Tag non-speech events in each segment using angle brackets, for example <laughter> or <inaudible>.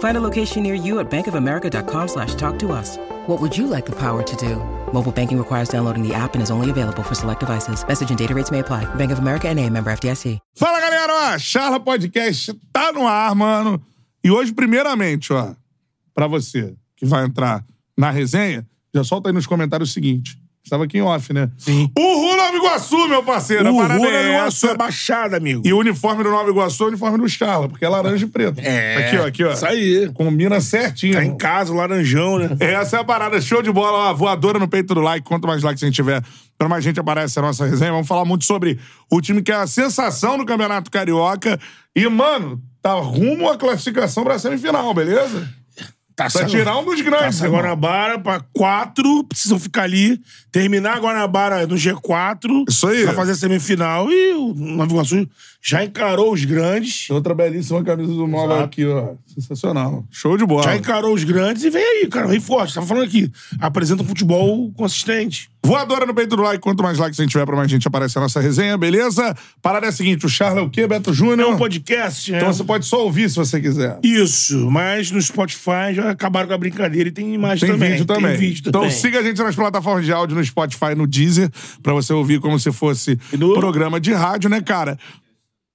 Find a location near you at bankofamerica.com slash talk to us. What would you like the power to do? Mobile banking requires downloading the app and is only available for select devices. Message and data rates may apply. Bank of America and a member FDIC. Fala, galera! Ó, Charla Podcast tá no ar, mano. E hoje, primeiramente, ó, pra você que vai entrar na resenha, já solta aí nos comentários o seguinte. Estava aqui em off, né? Sim. O Ru Nova Iguaçu, meu parceiro. a O parada Runa é não é essa. sua baixada, amigo. E o uniforme do Nova Iguaçu é o uniforme do Charla, porque é laranja e preto. É. Aqui, ó, aqui, ó. Isso aí. Combina certinho. Tá em casa, o <laughs> laranjão, né? Essa é a parada, show de bola, ó, voadora no peito do like. Quanto mais likes a gente tiver, pra mais gente aparece a nossa resenha. Vamos falar muito sobre o time que é a sensação do Campeonato Carioca. E, mano, tá rumo à classificação pra semifinal, beleza? Tá Pra tirar um dos grandes. Passa irmão. né, Guanabara pra 4, precisam ficar ali, terminar a Guanabara no G4. Isso aí. Pra fazer a semifinal e o Nova Iguaçu já encarou os grandes. Outra belíssima camisa do Nova Exato. aqui, ó. Sensacional. Show de bola. Já encarou os grandes e vem aí, cara, vem forte. Tava falando aqui, apresenta um futebol consistente. Voadora no peito do like. Quanto mais likes a gente tiver, pra mais gente aparece a nossa resenha, beleza? Parada é a seguinte: o Charla é o quê, Beto É Júnior? um podcast, né? Então você pode só ouvir se você quiser. Isso, mas no Spotify já acabaram com a brincadeira e tem imagem Tem também. vídeo também. Tem vídeo então também. siga a gente nas plataformas de áudio, no Spotify, no Deezer, pra você ouvir como se fosse E no- programa de rádio, né, cara?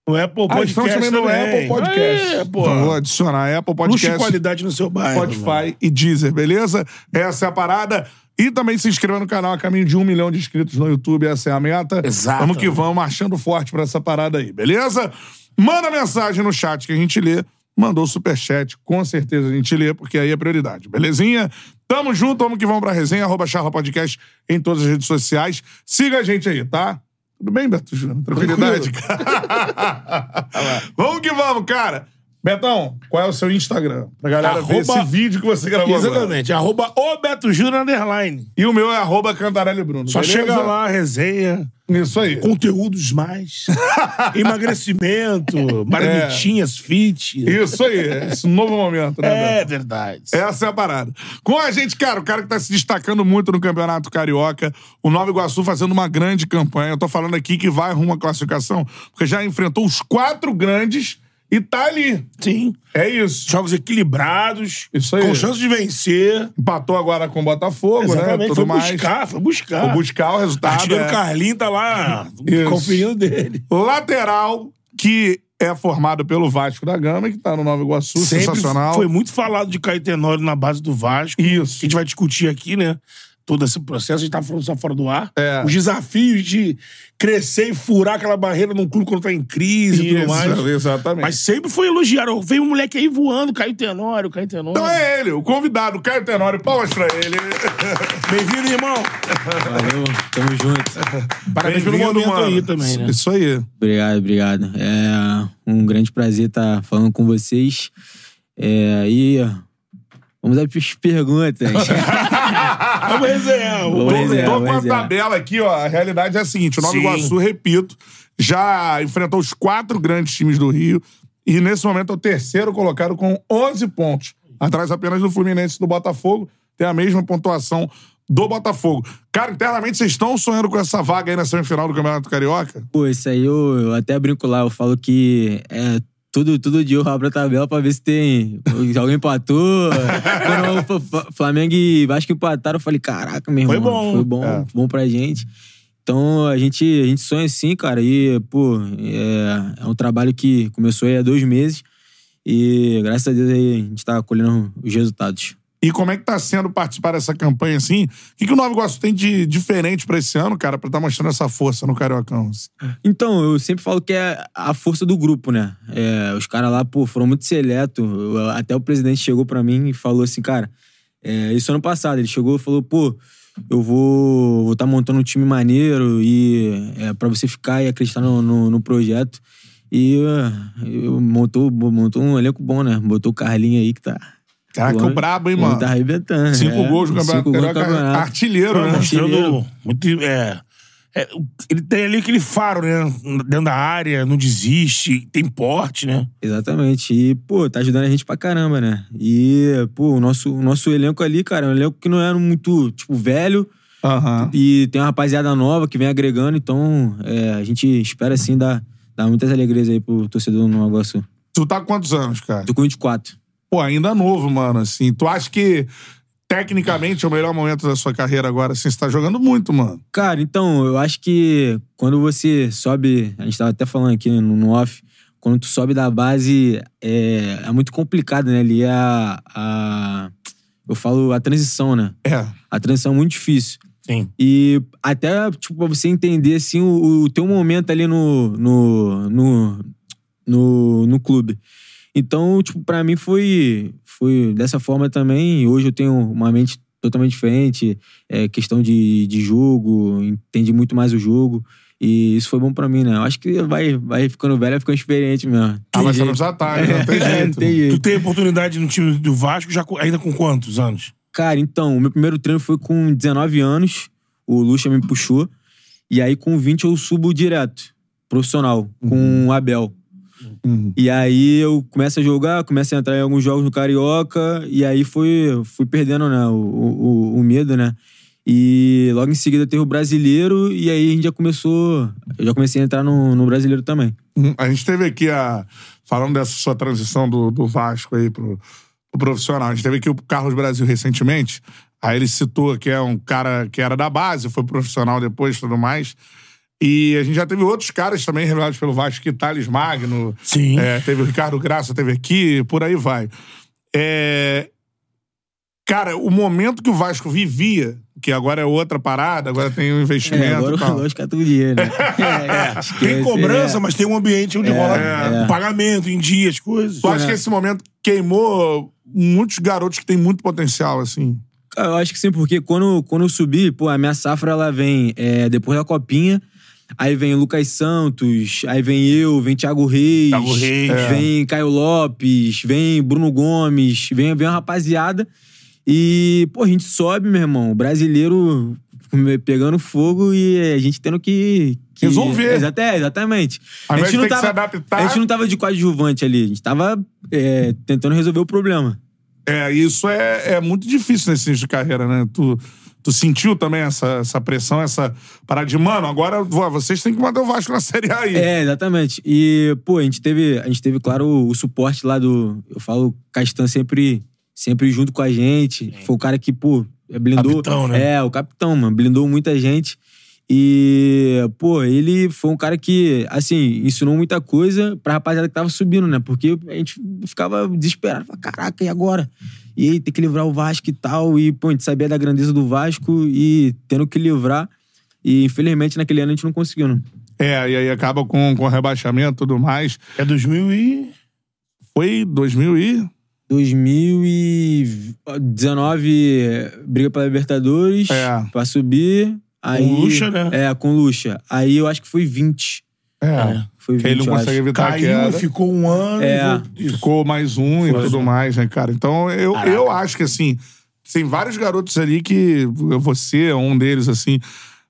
No Apple Ah, estamos Podcast também no também. Apple Podcast. É, pô. Então, vou adicionar Apple Luxo Podcast, e qualidade no seu bairro. Spotify e Deezer, beleza? Essa é a parada. E também se inscreva no canal a caminho de um milhão de inscritos no YouTube, essa é a meta. Exato. Vamos que vamos, marchando forte pra essa parada aí, beleza? Manda mensagem no chat que a gente lê. Mandou superchat, com certeza a gente lê, porque aí é prioridade, belezinha? Tamo junto, vamos que vamos pra resenha, arroba Charla Podcast em todas as redes sociais. Siga a gente aí, tá? Tudo bem, Beto Júnior? Tranquilidade, cara? <laughs> vamos que vamos, cara. Betão, qual é o seu Instagram? Pra galera ver Arroba- esse vídeo que você gravou agora. Exatamente. Arroba o Beto Júnior Underline. E o meu é arroba Cantarelli Bruno. Só beleza? chega lá, resenha, Isso aí. conteúdos <laughs> mais, emagrecimento, marmitinhas, fit. Isso aí. é Esse novo momento, né, Beto? É verdade. Essa é a parada. Com a gente, cara, o cara que tá se destacando muito no Campeonato Carioca, o Nova Iguaçu fazendo uma grande campanha. Eu tô falando aqui que vai rumo à classificação, porque já enfrentou os quatro grandes e tá ali. Sim. É isso. Jogos equilibrados, Isso aí. com chance de vencer. Empatou agora com o Botafogo, né? Exatamente. Tudo Foi mais. buscar, foi buscar. Foi buscar o O resultado. artilheiro é. Carlinho tá lá Isso. conferindo dele. Lateral, que é formado pelo Vasco da Gama, que tá no Nova Iguaçu, Sempre sensacional. foi muito falado de Caio Tenório na base do Vasco. Isso. que a gente vai discutir aqui, né? Todo esse processo, a gente tá falando só fora do ar. É. Os desafios de crescer e furar aquela barreira num clube quando tá em crise e Isso, tudo mais. exatamente. Mas sempre foi elogiado. Veio um moleque aí voando, Caio Tenório, Caio Tenório. Então é ele, o convidado, Caio Tenório. Palmas pra ele. Bem-vindo, irmão. Valeu, tamo junto. Parabéns pelo Bem-vindo, momento mano. aí também, né? Isso <laughs> aí. Obrigado, obrigado. É um grande prazer estar falando com vocês. É, e vamos às perguntas. <laughs> Vamos resenhar. Vamos Tô, Pois é, tô com a pois é. tabela aqui, ó. A realidade é a seguinte: o Nova Sim. Iguaçu, repito, já enfrentou os quatro grandes times do Rio e nesse momento é o terceiro colocado com 11 pontos. Atrás apenas do Fluminense e do Botafogo, tem a mesma pontuação do Botafogo. Cara, internamente vocês estão sonhando com essa vaga aí na semifinal do Campeonato Carioca? Pô, isso aí eu, eu até brinco lá, eu falo que é tudo, tudo de eu abro a tabela pra ver se tem. se alguém empatou. <laughs> Quando o F- F- Flamengo e Vasco empataram, eu falei, caraca, meu Foi irmão. bom. Foi bom, É. bom pra gente. Então a gente, a gente sonha sim, cara. E, pô, é, é um trabalho que começou aí há dois meses. E graças a Deus aí a gente tá colhendo os resultados. E como é que tá sendo participar dessa campanha assim? O que, que o Nova Iguaçu tem de diferente pra esse ano, cara, pra estar mostrando essa força no Cariocão? assim? Então, eu sempre falo que é a força do grupo, né? É, os caras lá, pô, foram muito seleto. Eu- até o presidente chegou pra mim e falou assim, cara, é, isso ano passado, ele chegou e falou, pô, eu vou estar tá montando um time maneiro e é, para você ficar e acreditar no, no, no projeto. E é, eu- montou, montou um elenco bom, né? Botou o Carlinho aí que tá. Caraca, o brabo, hein, ele mano? Tá arrebentando. Cinco é. gols no Campeonato Cinco gols no Carioca. campeonato. Artilheiro, né? Mostrando muito. É, é, o- ele tem ali aquele faro, né? Dentro da área, não desiste, tem porte, né? Exatamente. E, pô, tá ajudando a gente pra caramba, né? E, pô, o nosso, o nosso elenco ali, cara, é um elenco que não é muito, tipo, velho. Aham. E tem uma rapaziada nova que vem agregando. Então, é, a gente espera, assim, dar, dar muitas alegrias aí pro torcedor no negócio. Tu tá com quantos anos, cara? Tô com 24. Pô, ainda novo, mano, assim. Tu acha que, tecnicamente, é o melhor momento da sua carreira agora, assim? Você tá jogando muito, mano. Cara, então, eu acho que quando você sobe... A gente tava até falando aqui no, no off. Quando tu sobe da base, é, é muito complicado, né? Ali é a, a... Eu falo a transição, né? É. A transição é muito difícil. Sim. E até, tipo, pra você entender, assim, o, o teu momento ali no, no, no, no, no clube. Então, tipo, pra mim foi, foi dessa forma também. Hoje eu tenho uma mente totalmente diferente. É questão de, de jogo, entendi muito mais o jogo. E isso foi bom pra mim, né? Eu acho que vai, vai ficando velho, vai ficando experiente mesmo. Ah, mas você não jeito. precisa tarde, não <laughs> tem É, não jeito. tem Tu <laughs> jeito. tem oportunidade no time do Vasco já com- ainda com quantos anos? Cara, então, o meu primeiro treino foi com 19 anos. O Lucha me puxou. E aí, com 20, eu subo direto, profissional, com o Abel. Uhum. E aí, eu começo a jogar, começo a entrar em alguns jogos no Carioca. E aí, fui, fui perdendo né, o, o, o medo, né? E logo em seguida, teve o Brasileiro. E aí, a gente já começou... Eu já comecei a entrar no, no Brasileiro também. Hum, A gente teve aqui a. Falando dessa sua transição do, do Vasco aí pro, pro profissional, a gente teve aqui o Carlos Brasil recentemente. Aí ele citou que é um cara que era da base, foi profissional depois e tudo mais. E a gente já teve outros caras também revelados pelo Vasco, que Thales Magno, Sim. é, teve o Ricardo Graça, teve aqui, por aí vai. É, Cara, o momento que o Vasco vivia, que agora é outra parada, agora tem um investimento. É, agora e o tal. Lógico é todo <laughs> dia, né? É, Tem esquece, cobrança, é. mas tem um ambiente onde rola é. pagamento em dias, coisas. Tu acha que esse momento queimou muitos garotos que têm muito potencial, assim? Cara, Eu acho que sim, porque quando, quando eu subi, pô, a minha safra ela vem é, depois da copinha. Aí vem o Lucas Santos, aí vem eu, vem Thiago Reis, Thiago Reis. vem Caio Lopes, vem Bruno Gomes, vem, vem uma rapaziada. E, pô, a gente sobe, meu irmão. O brasileiro pegando fogo e a gente tendo que. que- Resolver. Exata- é, exatamente. Ao invés de ter que se adaptar- a gente não tava de coadjuvante ali, a gente tava é, tentando resolver o problema. É, isso é, é muito difícil nesse início de carreira, né? Tu, tu sentiu também essa, essa pressão, essa parada de, mano, agora vo- vocês têm que manter o Vasco na Série A aí. <laughs> É, exatamente. E, pô, a gente teve, a gente teve claro, o, o suporte lá do. Eu falo, Castan sempre, sempre junto com a gente. Foi o cara que, pô, blindou. Capitão, né? É, o capitão, mano. Blindou muita gente. E, pô, ele foi um cara que, assim, ensinou muita coisa pra rapaziada que tava subindo, né? Porque a gente ficava desesperado. Falava, caraca, e agora? E aí, tem que livrar o Vasco e tal. E, pô, a gente sabia da grandeza do Vasco e tendo que livrar. E, infelizmente, naquele ano a gente não conseguiu, né? É, e aí acaba com, com rebaixamento e tudo mais. É 2000 e... Foi 2000 e... 2019, eh, briga pela Libertadores, É. pra subir. Aí, Lucha, né? É, com Lucha. Aí eu acho que foi 20. É, Foi 20, que ele não eu consegue acho. evitar a Caiu, queda. ficou um ano. É. e voltou- Isso. Ficou mais um e Foi. tudo mais, né, cara? Então, eu, Caraca. eu acho que, assim, tem vários garotos ali que você é um deles, assim,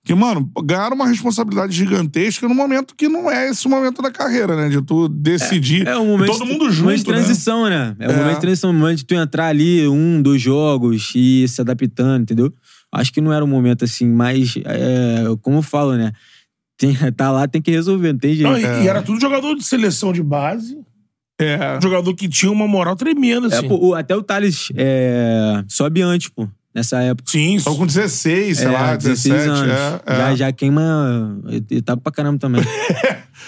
que, mano, ganharam uma responsabilidade gigantesca num momento que não é esse o momento da carreira, né? De tu decidir. É um momento, todo mundo um junto, momento de transição, né? É um É. momento de transição, um momento de tu entrar ali um, dois jogos e se adaptando, entendeu? Acho que não era um momento assim, mas é, como eu falo, né? Tem, <laughs> tá lá, tem que resolver, não tem jeito. Não, e, e era tudo jogador de seleção de base. né? É. Jogador que tinha uma moral tremenda, É, assim. pô, o- até o Thales é, sobe antes, pô, nessa época. Sim, Então, com 16, sei É, lá, 17. É, é. Já, já queima etapa pra caramba também. já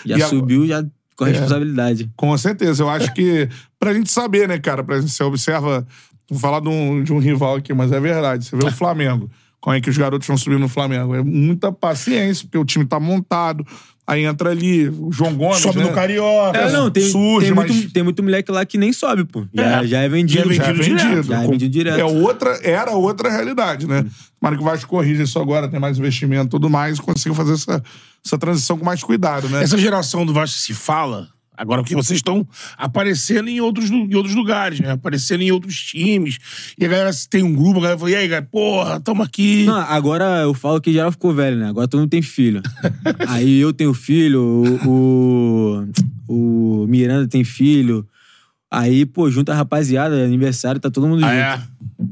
E agora- subiu, já com a É. responsabilidade. Com certeza. Eu acho que, pra gente saber, né, cara? Pra gente, você observa Vou falar de um, de um rival aqui, mas é verdade. Você vê o Flamengo. Como é que os garotos vão subir no Flamengo? É muita paciência, porque o time tá montado. Aí entra ali o João Gomes. Sobe né? no Carioca. É, não, tem, surge, tem, mas- muito, tem muito moleque lá que nem sobe, pô. Já É. já é Já vendido. é Já é vendido vendido. direto. Já é vendido direto. É outra, era outra realidade, né? Tomara que o Vasco corrija isso agora, tem mais investimento e tudo mais, e consiga fazer essa, essa transição com mais cuidado, né? Essa geração do Vasco que se fala, agora que vocês estão aparecendo em outros, lu- em outros lugares, né? Aparecendo em outros times. E a galera se tem um grupo, a galera fala, e aí, galera, porra, tamo aqui. Não, agora eu falo que geral ficou velho, né? Agora todo mundo tem filho. Aí eu tenho filho, o, o, o Miranda tem filho. Aí, pô, junta a rapaziada, aniversário, tá todo mundo Ah, junto. é.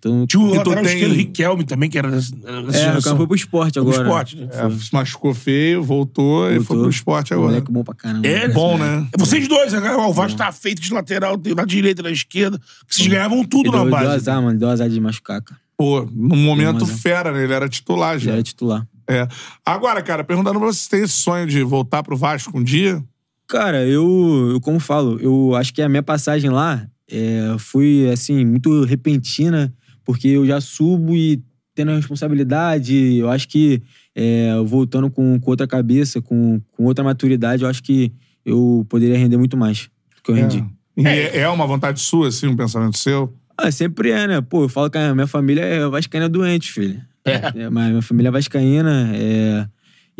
Todo mundo- Tinha o Então lateral tem- esquerdo Riquelme também, que era dessa, era dessa É, o geração. cara foi pro esporte Pro agora. esporte, né? É, se machucou feio, voltou, e foi Voltou. pro esporte agora. Moleque bom pra caramba. É, Bom, né? Vocês dois, né, cara? o Vasco tá feito de lateral, tem na direita, na esquerda. que Vocês ganhavam tudo Ele na deu, deu base. azar, mano. Deu azar de machucar, cara. Pô, num momento Mas é. fera, né? Ele era titular já. Já é titular. É. Agora, cara, perguntando pra você, tem esse sonho de voltar pro Vasco um dia? Cara, eu, eu como falo, eu acho que a minha passagem lá é, foi, assim, muito repentina, porque eu já subo e tendo a responsabilidade, eu acho que é, voltando com, com outra cabeça, com, com outra maturidade, eu acho que eu poderia render muito mais do que eu rendi. E é. é uma vontade sua, assim, um pensamento seu? Ah, sempre é, né? Pô, eu falo que a minha família é vascaína doente, filho. É, mas minha família é vascaína, é...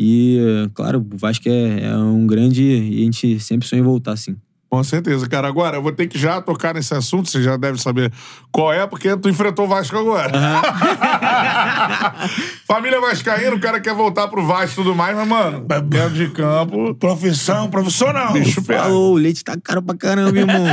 E, claro, o Vasco é, é um grande... E a gente sempre sonha em voltar, assim. Com certeza, cara. Agora, eu vou ter que já tocar nesse assunto, você já deve saber qual é, porque tu enfrentou o Vasco agora. <laughs> Família Vascaína, o cara quer voltar pro Vasco e tudo mais, mas, mano, dentro de campo, Profissão, profissional. bicho pega. Falou, o leite tá caro pra caramba, <laughs> irmão.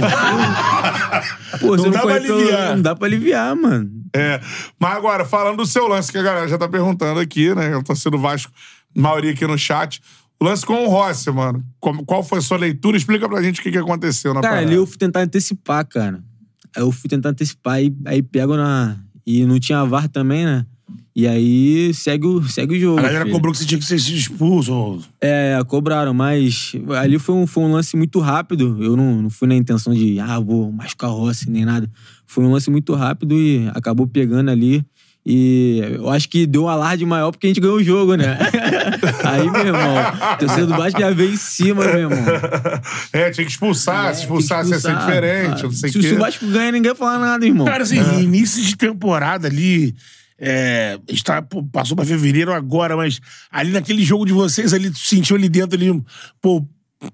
Pô, Não você não, dá pra corre pelo- aliviar. Não dá pra aliviar, mano. É. Mas agora, falando do seu lance, que a galera já tá perguntando aqui, né? Eu tô sendo Vasco, maioria aqui no chat. O lance com o Rossi, mano. Como- qual foi a sua leitura? Explica pra gente o que, que aconteceu Tá, na Cara, parada. ali é eu fui tentar antecipar, cara. Aí eu fui tentar antecipar e aí pego na. E não tinha VAR também, né? E aí segue o, segue o jogo. A galera filho. cobrou <laughs> que você tinha que ser expulso. ou- É, cobraram, mas ali foi um, foi um lance muito rápido. Eu não, não fui na intenção de, ah, vou machucar o Rossi, nem nada. Foi um lance muito rápido e acabou pegando ali. E eu acho que deu um alarde maior porque a gente ganhou o jogo, né? <laughs> Aí, meu irmão, o torcedor do Vasco já veio em cima, meu irmão. É, tinha que expulsar. se expulsar, Tem que ia ser Ah, diferente, não sei o se, se o quê. Vasco ganha, ninguém vai falar nada, irmão. Cara, assim, É. início de temporada ali. É, a gente tá- pô, passou pra fevereiro agora, mas ali naquele jogo de vocês, ali, tu sentiu ali dentro, ali, pô,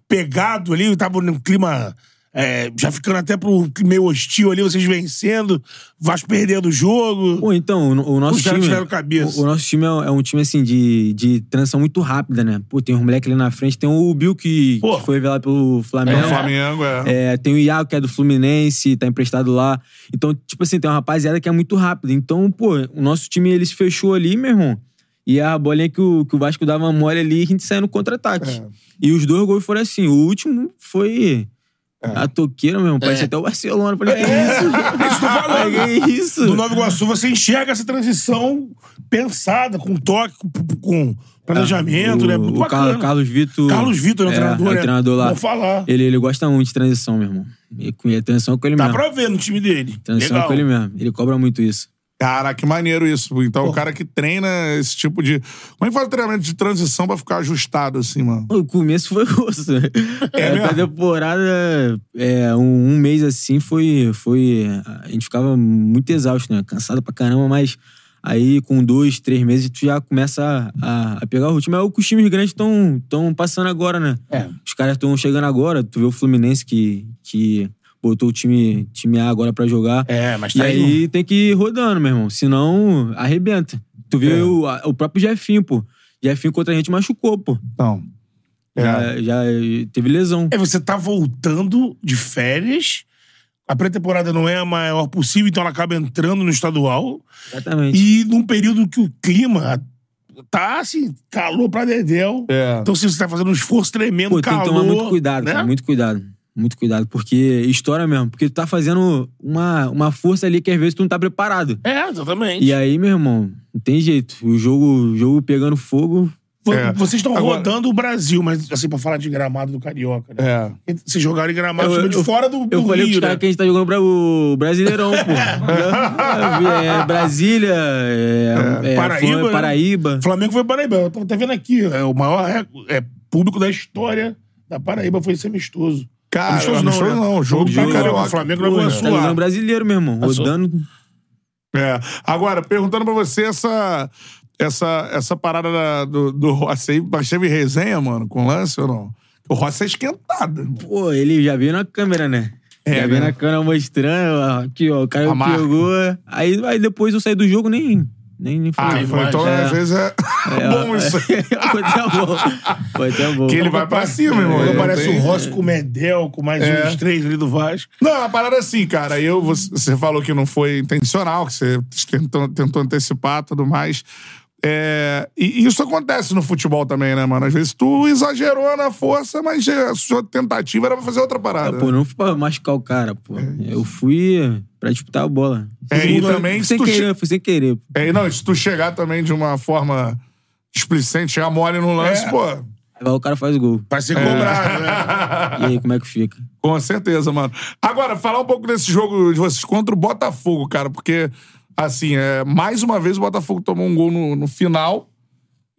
pegado ali, tava num clima. é, já ficando até pro meio hostil ali, vocês vencendo, Vasco perdendo o jogo. Pô, então, o, o nosso Os caras time. tiveram cabeça. O, o nosso time é, é um time, assim, de, de transição muito rápida, né? Pô, tem um moleque ali na frente, tem o Bill que, Pô. que foi revelado pelo Flamengo. É O Flamengo, é. É, tem o Iago, que é do Fluminense, tá emprestado lá. Então, tipo assim, tem uma rapaziada que é muito rápida. Então, pô, o nosso time, ele se fechou ali, meu irmão. E a bolinha que o, que o Vasco dava mole ali, a gente saiu no contra-ataque. É. E os dois gols foram assim. O último foi... A toqueira, meu irmão. Parece até o Barcelona. Eu <laughs> Falei, que isso? É. Isso que eu tô falando. Que isso? Do Nova Iguaçu, você enxerga essa transição pensada, com toque, com- com planejamento, Ah, o, né? Muito o bacana. Carlos, Carlos Vitor. Carlos Vitor é o treinador, é o né? treinador lá. Vou falar. Ele, ele gosta muito de transição, meu irmão. E com e a transição é com ele Dá mesmo. pra ver no time dele. Transição é Tá Legal. com ele mesmo. Ele cobra muito isso. Cara, que maneiro isso. Então, o cara que treina esse tipo de. Como é que faz o treinamento de transição pra ficar ajustado, assim, mano? O começo foi osso. É, mesmo? a temporada, é, um, um mês assim, foi, foi. A gente ficava muito exausto, né? Cansado pra caramba, mas aí com dois, três meses, tu já começa a, a- a pegar o ritmo. É o que os times grandes estão tão passando agora, né? É. Os caras estão chegando agora. Tu vê o Fluminense que, que botou o time, time A agora pra jogar. É, mas E tá aí. aí tem que ir rodando, meu irmão. Senão, arrebenta. Tu vê É. o, a- o próprio Jefinho, pô. Jefinho contra a gente machucou, pô. Então. É. Já, já teve lesão. um- É, você tá voltando de férias. A pré-temporada não é a maior possível, então ela acaba entrando no estadual. Exatamente. E num período que o clima tá assim, calor pra dedéu. É. Então, se você tá fazendo um esforço tremendo, Pô, tem calor. que tomar muito cuidado, né? cara. Muito cuidado. Muito cuidado, porque história mesmo. Porque tu tá fazendo uma, uma força ali que às vezes tu não tá preparado. É, exatamente. E aí, meu irmão, não tem jeito. O jogo, o jogo pegando fogo, Vo- É. Vocês estão Agora- rodando o Brasil, mas assim, pra falar de gramado do Carioca, né? É. Vocês jogaram em gramado tipo, de fora do, Eu do falei Rio, pros caras né? que a gente tá jogando pra o Brasileirão, pô. Eu vi, é, Brasília, é, é, Paraíba, Flam- né? Paraíba. Flamengo foi Paraíba. Eu tô até vendo aqui. É o maior rec- é, público da história da Paraíba foi ser amistoso. Cara, Amistoso amistoso né? não, jogo Jogo de Carioca. Flamengo na Pô, Boa tá jogando brasileiro, meu irmão. Rodando. É. Agora, perguntando pra você essa, essa, essa parada da- do, do Rossi aí, mas teve resenha, mano, com lance ou não? O Rossi é esquentado, irmão. Pô, ele já veio na câmera, né? É, já veio né? na câmera mostrando, ó, aqui, ó, o cara A que marca. jogou. Aí, aí depois eu saí do jogo, nem. Nem, nem Ah, falei. foi- então é, É. às vezes <laughs> é, bom isso aí. <laughs> Foi até bom. Foi até bom. Que ele vai pra cima, irmão. Quando Não é, aparece tem- o Rossi com o Medel, com mais É. uns três ali do Vasco. Não, a parada é assim, cara. Eu, você você falou que não foi intencional, que você tentou, tentou antecipar e tudo mais. É, e isso acontece no futebol também, né, mano? Às vezes tu exagerou na força, mas a sua tentativa era pra fazer outra parada. Pô, não fui pra machucar o cara, pô. eu fui pra disputar a bola. É, e Fui também se sem tu che- querer, fui sem querer. pô. É, e não, se tu chegar também de uma forma explicente, chegar mole no lance, É. pô. Aí o cara faz gol. Tá. Pra ser cobrado, né? E aí, como é que fica? Com certeza, mano. Agora, falar um pouco desse jogo de vocês contra o Botafogo, cara, porque, assim, é, mais uma vez o Botafogo tomou um gol no, no final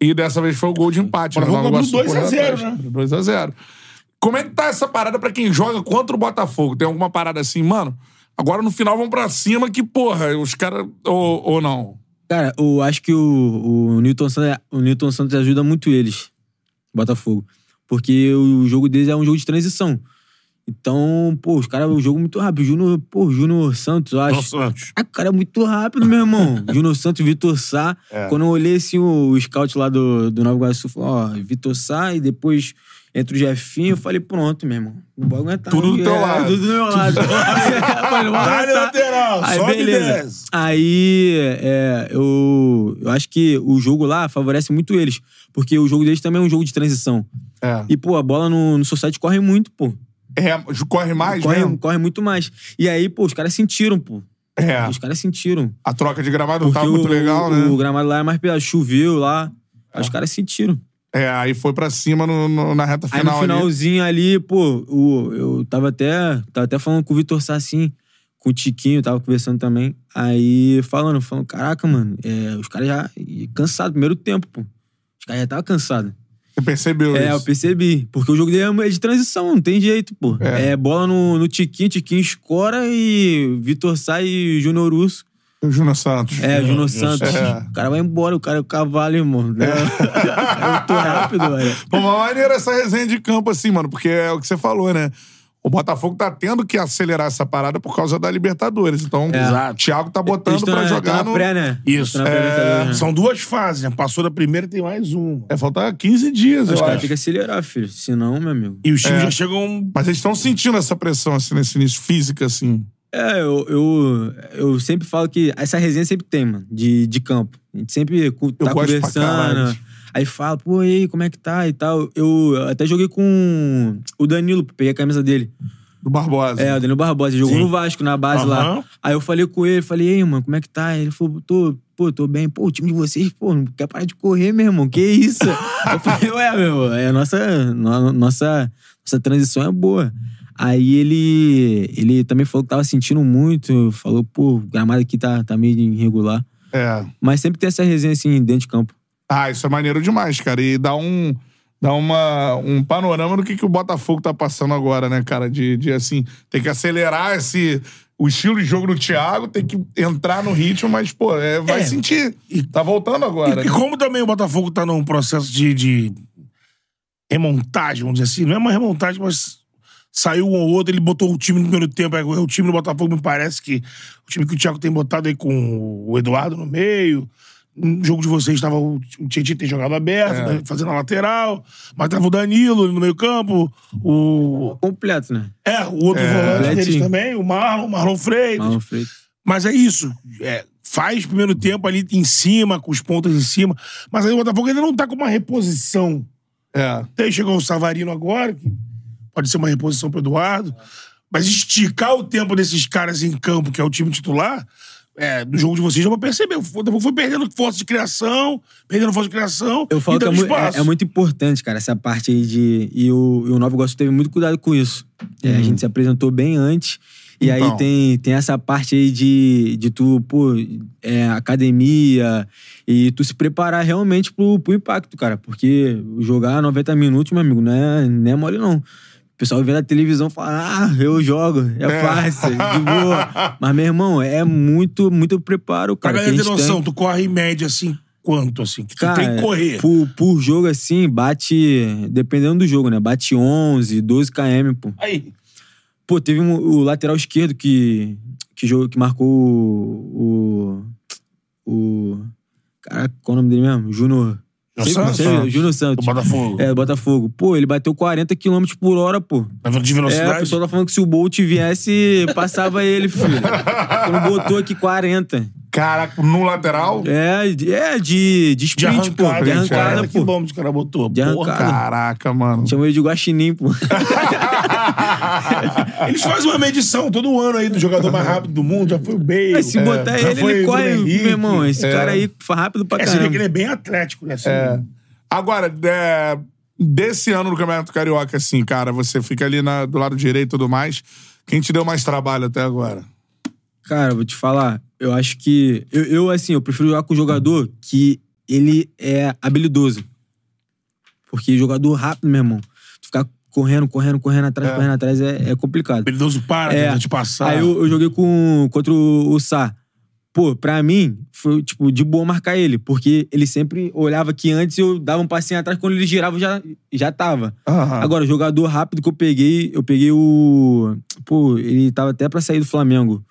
e dessa vez foi o gol de empate. O né? Botafogo Lá no abriu Iguaçu, 2 a correndo 0, atrás. né? Abriu 2 a 0 Como é que tá essa parada pra quem joga contra o Botafogo? Tem alguma parada assim, mano? Agora no final vão pra cima que, porra, os caras. Ou, ou não? Cara, eu acho que o, o, Newton Santos, o Newton Santos ajuda muito eles, Botafogo. Porque o jogo deles é um jogo de transição. Então, pô, os caras, o jogo é muito rápido. O Júnior, pô, o Júnior Santos, eu acho. Nossa, Santos. Ah, o cara é muito rápido, <laughs> meu irmão. Júnior Santos, Vitor Sá. É. Quando eu olhei assim, o, o scout lá do, do Nova Iguaçu, falou, ó, Vitor Sá, e depois entra o Jefinho. Eu falei, pronto, meu irmão. Não vou aguentar. Tudo do É, teu lado. Tudo do meu <laughs> lado. Eu falei, não vou Dá-lhe aguentar. lateral, Aí, sobe e beleza. desce. Aí, é, eu, eu acho que o jogo lá favorece muito eles. Porque o jogo deles também é um jogo de transição. É. E, pô, a bola no, no society corre muito, pô. É, corre mais Corre, mesmo? corre muito mais. E aí, pô, os caras sentiram, pô. É. Os caras sentiram. A troca de gramado não Porque tava muito o, legal, o, né? Tá. o gramado lá é mais pesado, choveu lá. Aí Os caras sentiram. É, aí foi pra cima no, no- na reta Aí final no ali. finalzinho ali, pô, o, eu tava até, tava até falando com o Vitor Sá assim, com o Tiquinho, tava conversando também. Aí falando, falando, caraca, mano, é, os caras já. e Cansado, primeiro tempo, pô. Os caras já estavam cansados. Você percebeu É, eu isso? percebi. Porque o jogo dele é de transição, não tem jeito, pô. É. É, bola no, no Tiquinho, Tiquinho escora e Vitor Sá e Júnior Urso. O Júnior né, Santos. É, o Júnior Santos. É. O cara vai embora, o cara é o cavalo, irmão. É. muito rápido, velho. Pô, mas maneira essa resenha de campo assim, mano, porque é o que você falou, né? O Botafogo tá tendo que acelerar essa parada por causa da Libertadores. Então, o Exato. Thiago tá É. Eles botando tão pra na- tão jogar na no... pré, né? Isso. Tão na pré, É, Libertadores, né? São duas fases, né? Passou da primeira, tem mais uma. É, faltar 15 dias, Os eu caras acho. têm que acelerar, filho. Senão, meu amigo. E os times é, já chegam Mas eles estão sentindo essa pressão, assim, nesse início física, assim. É, eu, eu, eu sempre falo que essa resenha sempre tem, mano, de, de campo. A gente sempre cu- tá gosto pra caralho. conversando. Aí fala, pô, e aí, como é que tá e tal. Eu até joguei com o Danilo, peguei a camisa dele. Do Barbosa. É, o Danilo Barbosa, ele jogou Sim. no Vasco, na base Aham. lá. Aí eu falei com ele, falei, ei, mano, como é que tá? Ele falou, tô, pô, tô bem. Pô, o time de vocês, pô, não quer parar de correr, meu irmão, que isso? <laughs> eu falei, ué, meu irmão, é a nossa, no- nossa, nossa transição é boa. Aí ele, ele também falou que tava sentindo muito, falou, pô, o gramado aqui tá, tá meio irregular. É. Mas sempre tem essa resenha assim dentro de campo. Ah, isso é maneiro demais, cara. E dá um. Dá uma, um panorama do que, que o Botafogo tá passando agora, né, cara? De, de assim, tem que acelerar esse. O estilo de jogo do Thiago tem que entrar no ritmo, mas, pô, é, vai É. sentir. Tá voltando agora. E, e né? como também o Botafogo tá num processo de, de remontagem, vamos dizer assim, não é uma remontagem, mas saiu um ou outro, ele botou o time no primeiro tempo, aí o time do Botafogo me parece que o time que o Thiago tem botado aí com o Eduardo no meio, no jogo de vocês estava o Tietchan tem jogado aberto, né, É. fazendo a lateral, mas tava o Danilo no meio campo, o... Completo, né? É, o outro volante deles Betinho. também, o Marlon, Marlon Freitas. Marlon Freitas. Mas é isso. É, faz primeiro tempo ali em cima, com os pontos em cima. Mas aí o Botafogo ainda não tá com uma reposição. É. Tem, chegou o Savarino agora, que pode ser uma reposição pro Eduardo. Mas esticar o tempo desses caras em campo, que é o time titular, é, do jogo de vocês, já pra perceber. O Botafogo foi perdendo força de criação, perdendo força de criação. Eu falo e que é, dando mu- espaço. é- é muito importante, cara, essa parte aí de. E o, e o Nova Iguaçu teve muito cuidado com isso. É, Uhum. a gente se apresentou bem antes. E Então. aí tem, tem essa parte aí de, de tu, pô, é, academia, e tu se preparar realmente pro, pro impacto, cara. Porque jogar 90 minutos, meu amigo, não é, não é mole, não. O pessoal vê na televisão e fala, ah, eu jogo, é, fácil, <laughs> de boa. Mas, meu irmão, é muito, muito preparo, Pra cara. galera que a ter gente tem. noção, tu corre em média, assim, quanto, assim? Que tu Cara, é- tem que correr. Por, por jogo assim, bate. Dependendo do jogo, né? Bate 11, 12 km, pô. Aí. Pô, teve um- o lateral esquerdo que. Que, jogo, que marcou o. O. o- Caraca, qual é o nome dele mesmo? Júnior. Júnior Sempre- Santos? sempre- Júnior Santos. Do Botafogo. É, do Botafogo. Pô, ele bateu 40 km por hora, pô. Na verdade, de É, o velocidade. pessoal tá falando que se o Bolt viesse, passava ele, filho. Quando botou aqui 40. Caraca, no <laughs> lateral? É, de- é de, de de sprint, pô. arrancada, é. De de arrancada, pô. quilômetros que o cara botou. De porra. arrancada. Caraca, mano. Chamou ele de guaxinim, pô. Eles fazem uma medição todo ano aí do jogador mais rápido do mundo. Já foi o Bale. Mas se botar É, já ele, foi ele o corre, Bruno Henrique. meu irmão. Esse cara aí foi rápido pra É, você vê que ele caramba. é bem atlético, né? Assim, Agora, é, desse ano no Campeonato Carioca, assim, cara, você fica ali na- do lado direito e tudo mais. Quem te deu mais trabalho até agora? Cara, vou te falar. Eu acho que... Eu, eu, assim, eu prefiro jogar com um jogador que ele é habilidoso. Porque jogador rápido, meu irmão. Tu ficar correndo, correndo, correndo atrás, correndo atrás é, é complicado. Habilidoso para, É. tenta te passar. Aí eu, eu joguei com, contra o, o Sá. Pô, pra mim, foi, tipo, de boa marcar ele. Porque ele sempre olhava que antes eu dava um passinho atrás. Quando ele girava, eu já, já tava. Agora, jogador rápido que eu peguei, eu peguei o. Pô, ele tava até pra sair do Flamengo.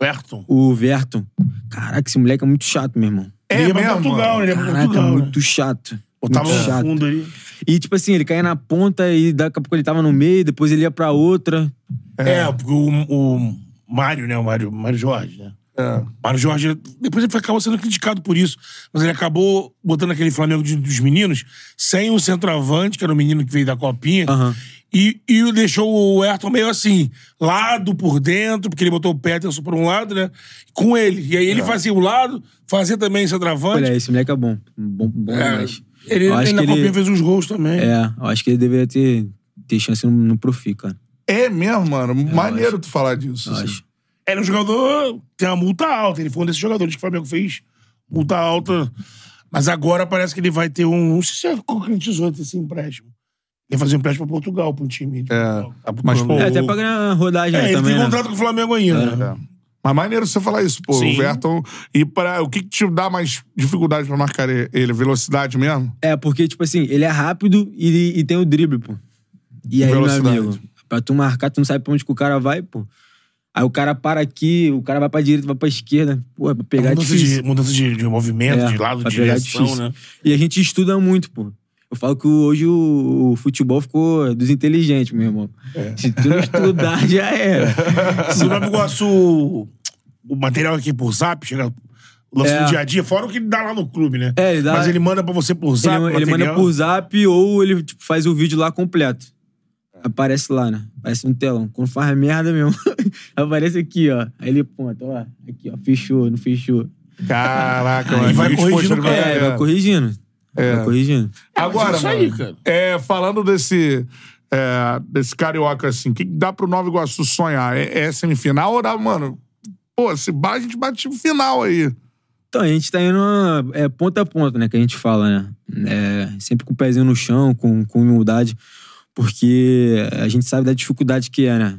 O Everton. O Verton. Caraca, esse moleque é muito chato, meu irmão. É ele ia pra mesmo? Portugal, né? Ele ia pra Caraca, Portugal. né? muito chato. Botava muito no chato. fundo ali. E, tipo assim, ele caía na ponta e daqui a pouco ele tava no meio, depois ele ia pra outra. É, porque o, o Mário, né? O Mário, Mário Jorge, né? É. Mário Jorge, depois ele acabou sendo criticado por isso, mas ele acabou botando aquele Flamengo de- dos meninos sem o centroavante, que era o menino que veio da Copinha, Aham. e, e o deixou o Ayrton meio assim, lado por dentro, porque ele botou o Peterson por um lado, né? Com ele. E aí ele fazia o lado, fazia também o centroavante. Olha, esse moleque é bom. Bom, bom É, demais. ele Eu acho ele na que Copinha ele- fez uns gols também. É, eu acho que ele deveria ter, ter chance no, no Profi, cara. É mesmo, mano. Maneiro tu falar disso. Eu assim. acho. Era um jogador que tem uma multa alta. Ele foi um desses jogadores que o Flamengo fez multa alta. Mas agora parece que ele vai ter um. Não sei se concretizou esse empréstimo. Ele vai fazer um empréstimo pra Portugal, pra um time. de É. Portugal. Tá Mas, procurando. pô, É, é, até pra ganhar rodagem né, ele também. tem né? contrato com o Flamengo ainda. né? É. Mas maneiro você falar isso, pô. Sim. O Verton. E pra, o que, que te dá mais dificuldade pra marcar ele? Velocidade mesmo? É, porque, tipo assim, ele é rápido e, e tem o drible, pô. E aí, Velocidade. meu amigo, pra tu marcar, tu não sabe pra onde que o cara vai, pô. Aí o cara para aqui, o cara vai pra direita, vai pra esquerda. Pô, é pra pegar é mudança difícil. de, mudança de, de movimento, É, de lado, pra de pegar é direção, difícil. né? E a gente estuda muito, pô. Eu falo que hoje o, o futebol ficou dos inteligentes, meu irmão. Se tu não estudar, <laughs> já era. É. <laughs> Se o Nova Iguaçu. O material aqui por zap, chega. O lance É. do dia a dia, fora o que ele dá lá no clube, né? É, ele dá- Mas ele manda pra você por zap. ele, ele manda material. por zap ou ele tipo, faz o vídeo lá completo. Aparece lá, né? Aparece no telão. Quando faz merda mesmo, <laughs> aparece aqui, ó. Aí ele aponta, ó. Aqui, ó. Fechou, não fechou. Caraca, mano. vai Fica corrigindo exposto, o cara, É, né? vai corrigindo. Vai corrigindo. Agora, É isso mano, aí, cara. é, falando desse, é, desse carioca, assim, o que que dá pro Nova Iguaçu sonhar? É, é semifinal ou dá, mano? Pô, se bate, a gente bate o final aí. Então, a gente tá indo é, ponta a ponta, né? Que a gente fala, né? É, sempre com o pezinho no chão, com, com humildade. Porque a gente sabe da dificuldade que é, né?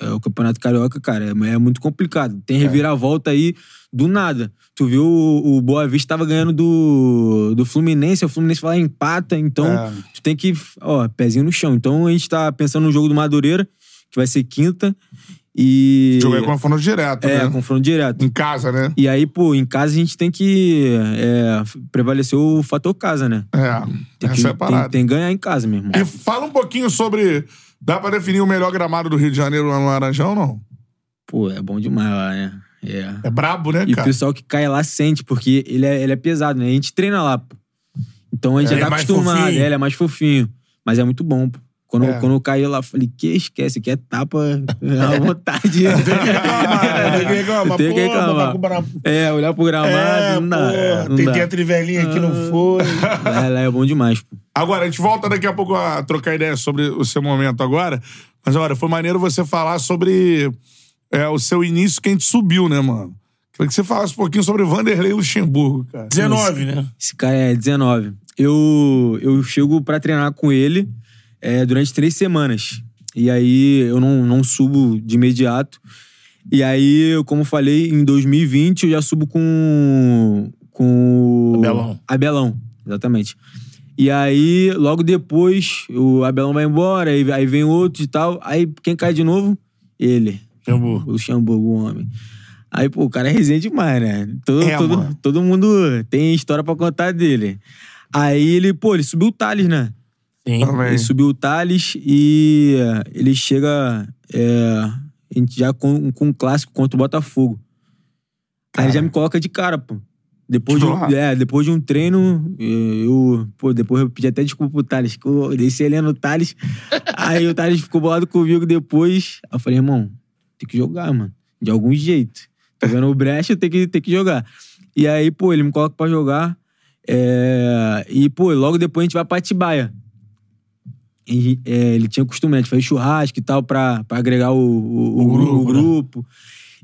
É, o Campeonato Carioca, cara, é, é muito complicado. Tem reviravolta aí do nada. Tu viu o, o Boa Vista tava ganhando do, do Fluminense, o Fluminense vai lá e empata, então É. tu tem que, ó, pezinho no chão. Então a gente tá pensando no jogo do Madureira, que vai ser quinta, e... Jogar com a Fono direto, É, né? confronto direto. Em casa, né? E aí, pô, em casa a gente tem que é, prevalecer o fator casa, né? É, Tem que, essa é a tem- parada. tem que ganhar em casa, meu irmão. E fala um pouquinho sobre... Dá pra definir o melhor gramado do Rio de Janeiro lá no Laranjão, não? Pô, é bom demais lá, né? É. É brabo, né, E o cara? pessoal que cai lá sente, porque ele é, ele é pesado, né? A gente treina lá, pô. Então a gente Ele é já tá mais acostumado, fofinho. é, ele é mais fofinho. Mas é muito bom, pô. Quando, É. quando eu caí lá, eu falei, que esquece, que é tapa <laughs> à vontade. É Ah, tem que reclamar. É. Pô, Tem que botar a reclamar. culpa na- <laughs> É, olhar pro gramado, É, não dá. pô, não tentei dá. Ah. a trivelinha aqui, não foi. Lá, lá é bom demais, pô. Agora, a gente volta daqui a pouco a trocar ideia sobre o seu momento agora. Mas, olha, foi maneiro você falar sobre é, o seu início que a gente subiu, né, mano? Queria que você falasse um pouquinho sobre Vanderlei Luxemburgo, cara. 19, né? Esse cara é 19. Eu, eu chego pra treinar com ele é, durante três semanas. E aí eu não, não subo de imediato. E aí, eu, como eu falei, em 2020 eu já subo com. Com. Abelão. Abelão, exatamente. E aí, logo depois, o Abelão vai embora, aí, aí vem outro e tal. Aí quem cai de novo? Ele. Xambu. O Luxemburgo, o homem. Aí, pô, o cara é resenha demais, né? Todo, É, todo, mano. todo mundo tem história pra contar dele. Aí ele, pô, ele subiu o Thales, né? Sim. É. Ele subiu o Thales e eh, ele chega é, a gente já com, com um clássico contra o Botafogo. Aí ele já me coloca de cara, pô. Depois de, um, Titular. é, depois de um treino, eh, eu, pô, depois eu pedi até desculpa pro Thales, que eu desci ali <laughs> no Thales. aí o Thales ficou bolado comigo depois. Aí eu falei, irmão, tem que jogar, mano. De algum jeito. Tô vendo o brecha, tem que, tem que jogar. E aí, pô, ele me coloca pra jogar. É, E, pô, logo depois a gente vai pra Atibaia. E, é, ele tinha costume né, de fazer churrasco e tal pra, pra agregar o, o- O o grupo, grupo. né?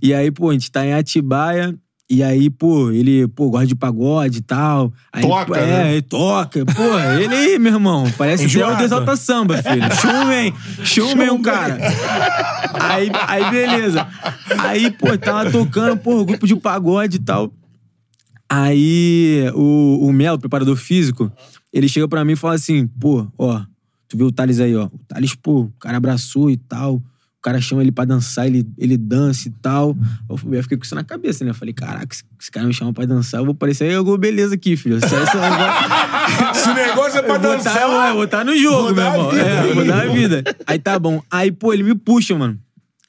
E aí, pô, a gente tá em Atibaia. E aí, pô, ele, pô, gosta de pagode e tal. Aí, Toca, pô, né? É, ele toca. Pô, ele aí, meu irmão, parece até o Enjoado. Desalta Samba, filho. Chumem, chumem o cara. Aí, aí, beleza. Aí, pô, tava tocando, pô, grupo de pagode e tal. Aí, o, o Melo, preparador físico, ele chega pra mim e fala assim, pô, ó, tu viu o Thales aí, ó. O Thales, pô, o cara abraçou e tal. O cara chama ele pra dançar, ele, ele dança e tal. Eu fui- eu fiquei com isso na cabeça, né? Eu falei, caraca, se esse cara me chama pra dançar, eu vou parecer aí alguma beleza aqui, filho. Isso aí, isso <laughs> aí- Esse negócio é pra eu vou dançar. Tá, eu vou tá no Vou jogo, meu dar a irmão. vida É, aí. eu vou dar a vida. Aí tá bom. Aí, pô, ele me puxa, mano.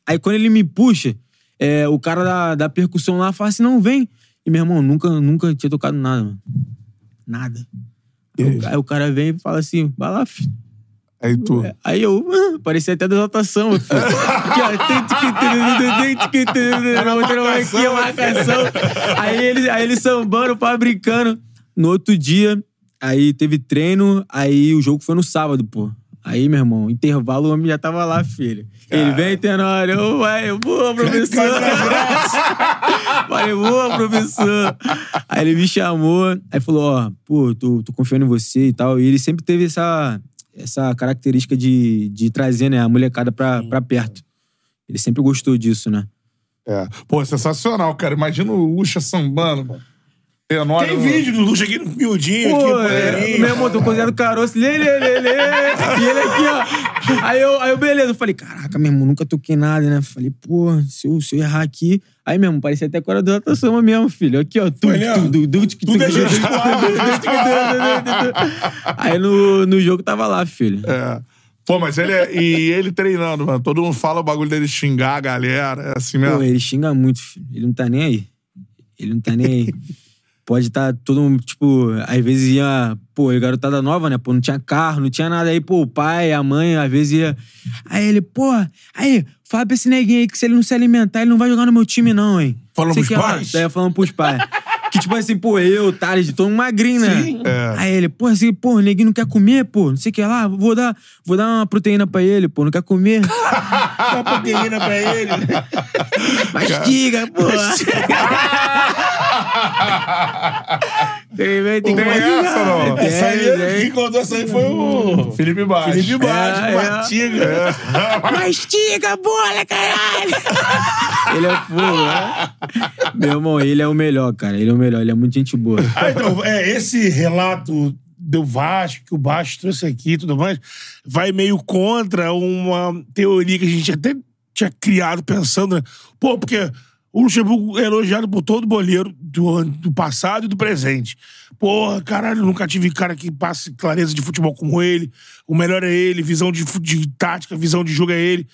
Aí quando ele me puxa, é, o cara da, da percussão lá fala assim: não, vem. E, meu irmão, nunca, nunca tinha tocado nada, mano. Nada. Aí o, aí o cara vem e fala assim: vai lá, filho. É Aí tu. Aí eu, ah, parecia até desaltação, filho. Aqui, ó. Na outra aqui, a marcação. Aí ele, aí ele sambando, fabricando. No outro dia, aí teve treino, aí o jogo foi no sábado, pô. Aí, meu irmão, intervalo, o homem já tava lá, filho. Ele vem, Tenório, eu, vai, eu, boa, professor. <laughs> Falei, boa, professor. Aí ele me chamou, aí falou, ó, pô, tô, tô confiando em você e tal. E ele sempre teve essa, essa característica de, de trazer, né, a molecada pra, pra perto. Ele sempre gostou disso, né? É. Pô, sensacional, cara. Imagina o Luxa sambando, mano. Tenório- Tem vídeo do Luxo aqui no miudinho, aqui, Pô, é, poleirinho. meu irmão, tô cozinhando caroço. Lê, lê, lê, lê. E ele aqui, ó. Aí eu, aí eu beleza. Eu falei, caraca, meu irmão, nunca toquei nada, né? Falei, pô, se eu, se eu errar aqui. Aí mesmo, parecia até Cora do Alta Samba mesmo, filho. Aqui, ó. Tu, Foi, né? tu, tu, tu, tu, tu, Tudo é tu, gestual. tu, tu, tu, tu. Aí no, no jogo tava lá, filho. É. Pô, mas ele é... E ele treinando, mano. Todo mundo fala o bagulho dele xingar a galera. É assim mesmo. Pô, ele xinga muito, filho. Ele não tá nem aí. Ele não tá nem <laughs> aí. Pode estar todo mundo, tipo, às vezes ia, pô, e garotada nova, né? Pô, não tinha carro, não tinha nada. Aí, pô, o pai, a mãe, às vezes ia. Aí ele, pô, aí, fala pra esse neguinho aí que se ele não se alimentar, ele não vai jogar no meu time, não, hein? Falando Sei pros que lá. pais? Daí falando pros pais. que tipo assim, pô, eu, Thales, tô um magrinho, né? É. Aí ele, pô, assim, pô, o neguinho não quer comer, pô, não sei o que lá, vou dar, vou dar uma proteína pra ele, pô, não quer comer. Dá proteína pra ele. <laughs> Mastiga, pô. Tem, tem, tem que Não é mastigar. essa, não. Tem, Essa aí, tem. quem contou essa aí foi o... Felipe Baixo. Felipe Baixo, É, é. Martiga. <laughs> Mastiga, bola, caralho! ele é fogo, né? Meu irmão, ele é o melhor, cara. Ele é o melhor, ele é muito gente boa. Ah, então, é, esse relato do Vasco, que o Baixo trouxe aqui e tudo mais, vai meio contra uma teoria que a gente até tinha criado pensando, né? Pô, porque o Luxemburgo é elogiado por todo boleiro do, ano- do passado e do presente. Porra, caralho, nunca tive cara que passe clareza de futebol como ele. O melhor é ele, visão de, fu- de tática, visão de jogo é ele.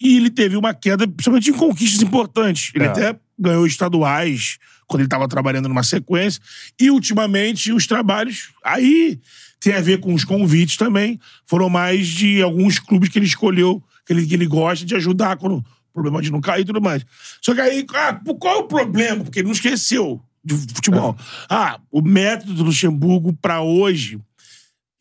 E ele teve uma queda, principalmente em conquistas importantes. Ele É. até ganhou estaduais, quando ele estava trabalhando numa sequência. E, ultimamente, os trabalhos aí tem a ver com os convites também. Foram mais de alguns clubes que ele escolheu, que ele, que ele gosta de ajudar quando o problema de não cair e tudo mais. Só que aí, ah, pô, qual é o problema? Porque ele não esqueceu de futebol. É. Ah, o método do Luxemburgo para hoje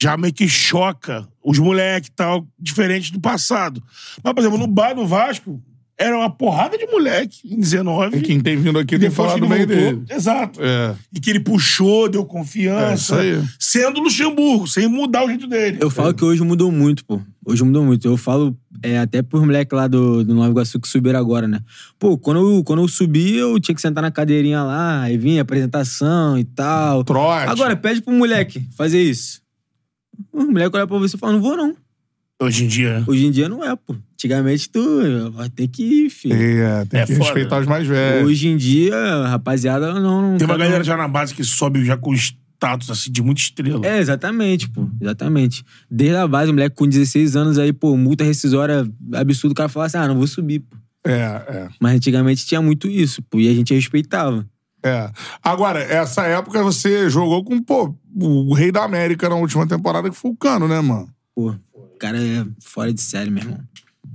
já meio que choca os moleques e tal, diferente do passado. Mas, por exemplo, no bar do Vasco, era uma porrada de moleque em 19. E Quem tem vindo aqui tem que falar que do ele meio voltou. dele. Exato. É. E que ele puxou, deu É, isso confiança. aí. Sendo Luxemburgo, sem mudar o jeito dele. Eu falo que hoje mudou muito, pô. Hoje mudou muito. Eu falo é, até pros moleques lá do, do Nova Iguaçu que subiram agora, né? Pô, quando eu, quando eu subi, eu tinha que sentar na cadeirinha lá, aí vinha apresentação e tal. Trote. Agora, pede pro moleque fazer isso. O moleque olha pra você e fala, não vou não. Hoje em dia. Hoje em dia não é, pô. Antigamente tu vai ter que ir, filho. É, tem É que foda. respeitar os mais velhos. Hoje em dia, rapaziada, não... não É. Tem uma cada um- galera já na base que sobe já com status assim de muita estrela. É, exatamente, pô. Exatamente. Desde a base, o moleque com 16 anos aí, pô, multa rescisória absurda, o cara falasse, ah, não vou subir, pô. É, é, Mas antigamente tinha muito isso, pô, e a gente respeitava. é. Agora, essa época você jogou com, pô, o rei da América na última temporada, que foi o Cano, né, mano? Pô, o cara é fora de série, meu irmão.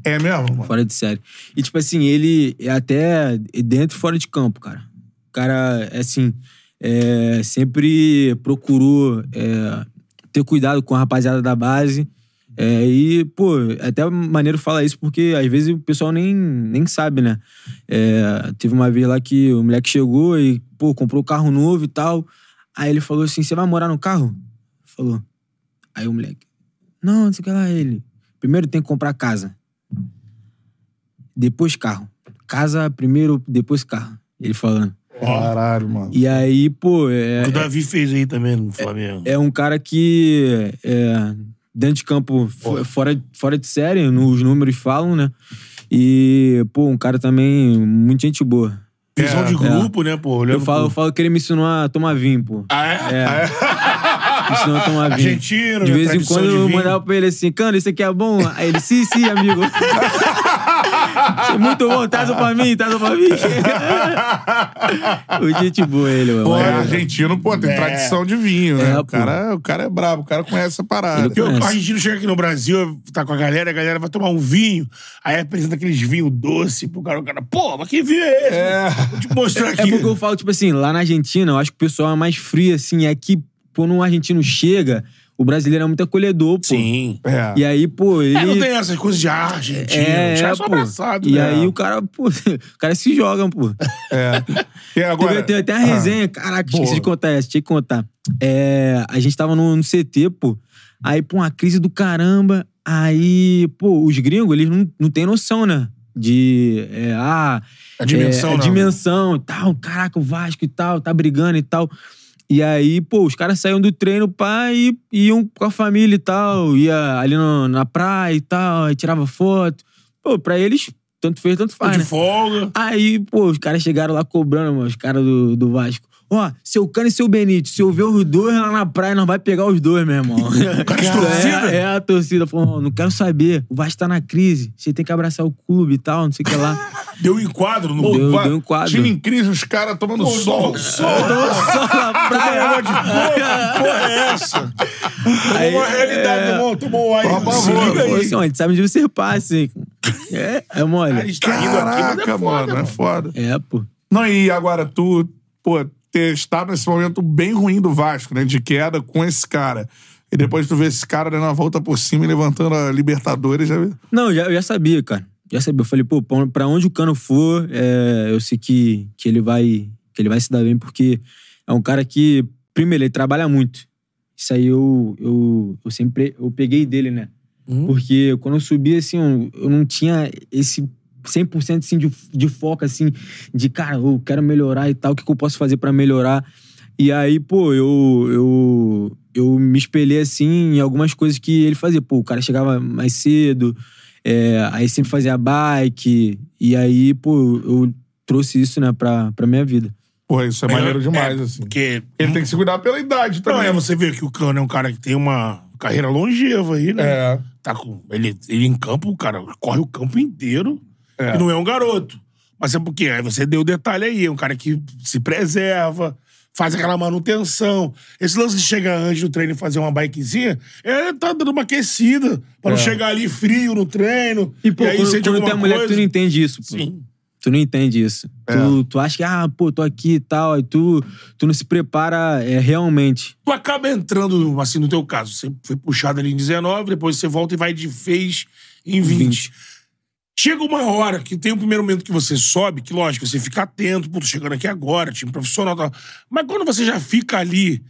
É mesmo, mano? Fora de série. E, tipo assim, ele é até dentro e fora de campo, cara. O cara, é assim, é, sempre procurou é, ter cuidado com a rapaziada da base. É, e, pô, é até maneiro falar isso, porque às vezes o pessoal nem, nem sabe, né? É, teve uma vez lá que o moleque chegou e, pô, comprou um carro novo e tal. Aí ele falou assim: Você vai morar no carro? Falou. Aí o moleque: Não, não sei o que lá. Ele: Primeiro tem que comprar casa depois carro. Casa primeiro, depois carro. Ele falando. Caralho, mano. E aí, pô, é, O que o Davi fez aí também no Flamengo. é um cara que é, dentro de campo, fo- fora, fora de série, no- os números falam, né? E, pô, um cara também, muito gente boa. Visão de grupo, né, pô? é Olhando Eu falo, eu pro- falo que ele me ensinou a tomar vinho, pô. Ah, é? É. Me ensinou a tomar vinho. Argentino, De né, vez em tradição quando de eu vinho. mandava pra ele assim, Cano, isso aqui é bom? Aí ele, sim, sim, amigo. Isso é muito bom, traz um pra mim, traz um pra mim. o gente boa ele, Pô, é, mano. <laughs> argentino, pô, tem É. tradição de vinho, né? É, o, pô. cara, o cara é brabo, o cara conhece essa parada. Ele- Porque o Conhece. argentino chega aqui no Brasil, tá com a galera, a galera vai tomar um vinho, aí apresenta aqueles vinhos doces pro cara, o cara, pô, mas que vinho é <laughs> É. esse? Vou te mostrar aqui. É porque eu falo, tipo assim, lá na Argentina, eu acho que o pessoal é mais frio, assim. Aqui, quando um argentino chega, o brasileiro é muito acolhedor, pô. Sim. É. E aí, pô, ele... Ah. É, não tem essas coisas de ah, argentino, é, já é só pô. abraçado, E né? aí o cara, pô, <laughs> o cara se joga, pô. E agora... Teve, teve Ah. até a resenha, caraca, esqueci Boa. de contar essa, tinha que contar. É, a gente tava no, no CT, pô. Aí, pô, uma crise do caramba. Aí, pô, os gringos, eles não, não têm noção, né? De. É, ah, A dimensão, é, a não. dimensão e tal. Caraca, o Vasco e tal, tá brigando e tal. E aí, pô, os caras saíam do treino, pai, e iam com a família e tal. Ia ali no- na praia e tal, aí tirava foto. Pô, pra eles, tanto fez, tanto Tô faz, de né? folga. Aí, pô, os caras chegaram lá cobrando, mano, os caras do, do Vasco. Ó, seu Cano e seu Benítez, se eu ver os dois lá na praia, nós vai pegar os dois, <laughs> meu irmão. cara de É, torcida? É, a torcida. Falou, ó, não quero saber, o Vasco tá na crise, você tem que abraçar o clube e tal, não sei o que lá. <laughs> Deu um enquadro no Deu- Pô, deu vai- um quadro. Time em crise, os caras tomando sol. Só na praia. de porra, que porra é essa? Tomou uma É. realidade, tá, irmão. Tomou um aí. Por Se favor, liga Falou aí. assim, ó, a gente sabe de você passa, hein? É, é A mole. gente tá rindo aqui, mas é Caraca, foda, mano, é foda. É, pô. Não, e agora tu, pô, ter estado nesse momento bem ruim do Vasco, né? De queda com esse cara. E depois tu vê esse cara dando uma volta por cima e levantando a Libertadores, já viu? Não, eu já, eu já sabia, cara. Já sabia. Eu falei, pô, pra pra onde o Cano for, é, eu sei que, que ele vai que ele vai se dar bem, porque é um cara que, primeiro, ele trabalha muito. Isso aí eu, eu, eu sempre eu peguei dele, né? Hum? Mm-hmm. Porque quando eu subi, assim, eu, eu não tinha esse 100% assim, de, de foco, assim, de, cara, eu quero melhorar e tal, o que, que eu posso fazer pra melhorar? E aí, pô, eu, eu, eu me espelhei, assim, em algumas coisas que ele fazia. Pô, o cara chegava mais cedo, é, aí sempre fazia bike, e aí, pô, eu trouxe isso, né, pra, pra minha vida. Pô, isso é maneiro demais, É, assim. Porque Ele tem que se cuidar pela idade Não, também. é você vê que o Cano é um cara que tem uma carreira longeva aí, né? É. Tá com, ele, ele em campo, o cara corre o campo inteiro É. e não é um garoto. Mas é porque aí você deu o detalhe aí, é um cara que se preserva, faz aquela manutenção. Esse lance de chegar antes do treino e fazer uma bikezinha, é tá dando uma aquecida, pra não chegar ali frio no treino. É. E, pô, aí quando, sente quando alguma tem a mulher, coisa. tu não entende isso, pô. Sim. Tu não entende isso. Tu, tu acha que, ah, pô, tô aqui e tal, aí tu, tu não se prepara é, realmente. Tu acaba entrando, assim, no teu caso, você foi puxado ali em 19, depois você volta e vai de fez em 20. 20. Chega uma hora que tem o primeiro momento que você sobe, que lógico, você fica atento, pô, tô chegando aqui agora, time profissional, tal. Mas quando você já fica ali,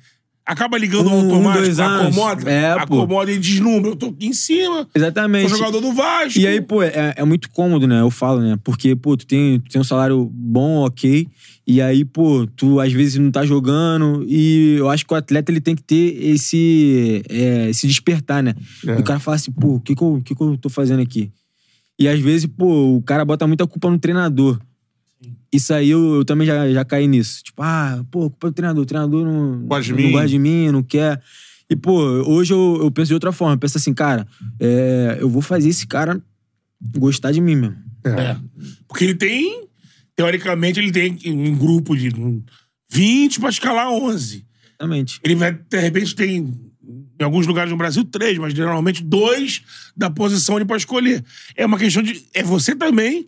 acaba ligando Um, o automático, um, dois anos. acomoda, É, pô. acomoda e deslumbra. Eu tô aqui em cima, sou Exatamente. jogador do Vasco. E aí, pô, é, é muito cômodo, né? Eu falo, né? Porque, pô, tu tem, tu tem um salário bom, ok. E aí, pô, tu às vezes não tá jogando. E eu acho que o atleta ele tem que ter esse, é, esse despertar, né? O cara fala assim, pô, o que, que, eu- o que, que eu tô fazendo aqui? E às vezes, pô, o cara bota muita culpa no treinador. Isso aí eu, eu também já, já caí nisso. Tipo, ah, pô, culpa do treinador. O treinador não, Gosta de não mim. gosta de mim, não quer. E, pô, hoje eu, eu penso de outra forma. Eu penso assim, cara, é, eu vou fazer esse cara gostar de mim mesmo. É. Porque ele tem, teoricamente, ele tem um grupo de 20 pra escalar 11. Exatamente. Ele vai, de repente, tem em alguns lugares no Brasil três, mas geralmente dois da posição ali pra escolher. É uma questão de. É você também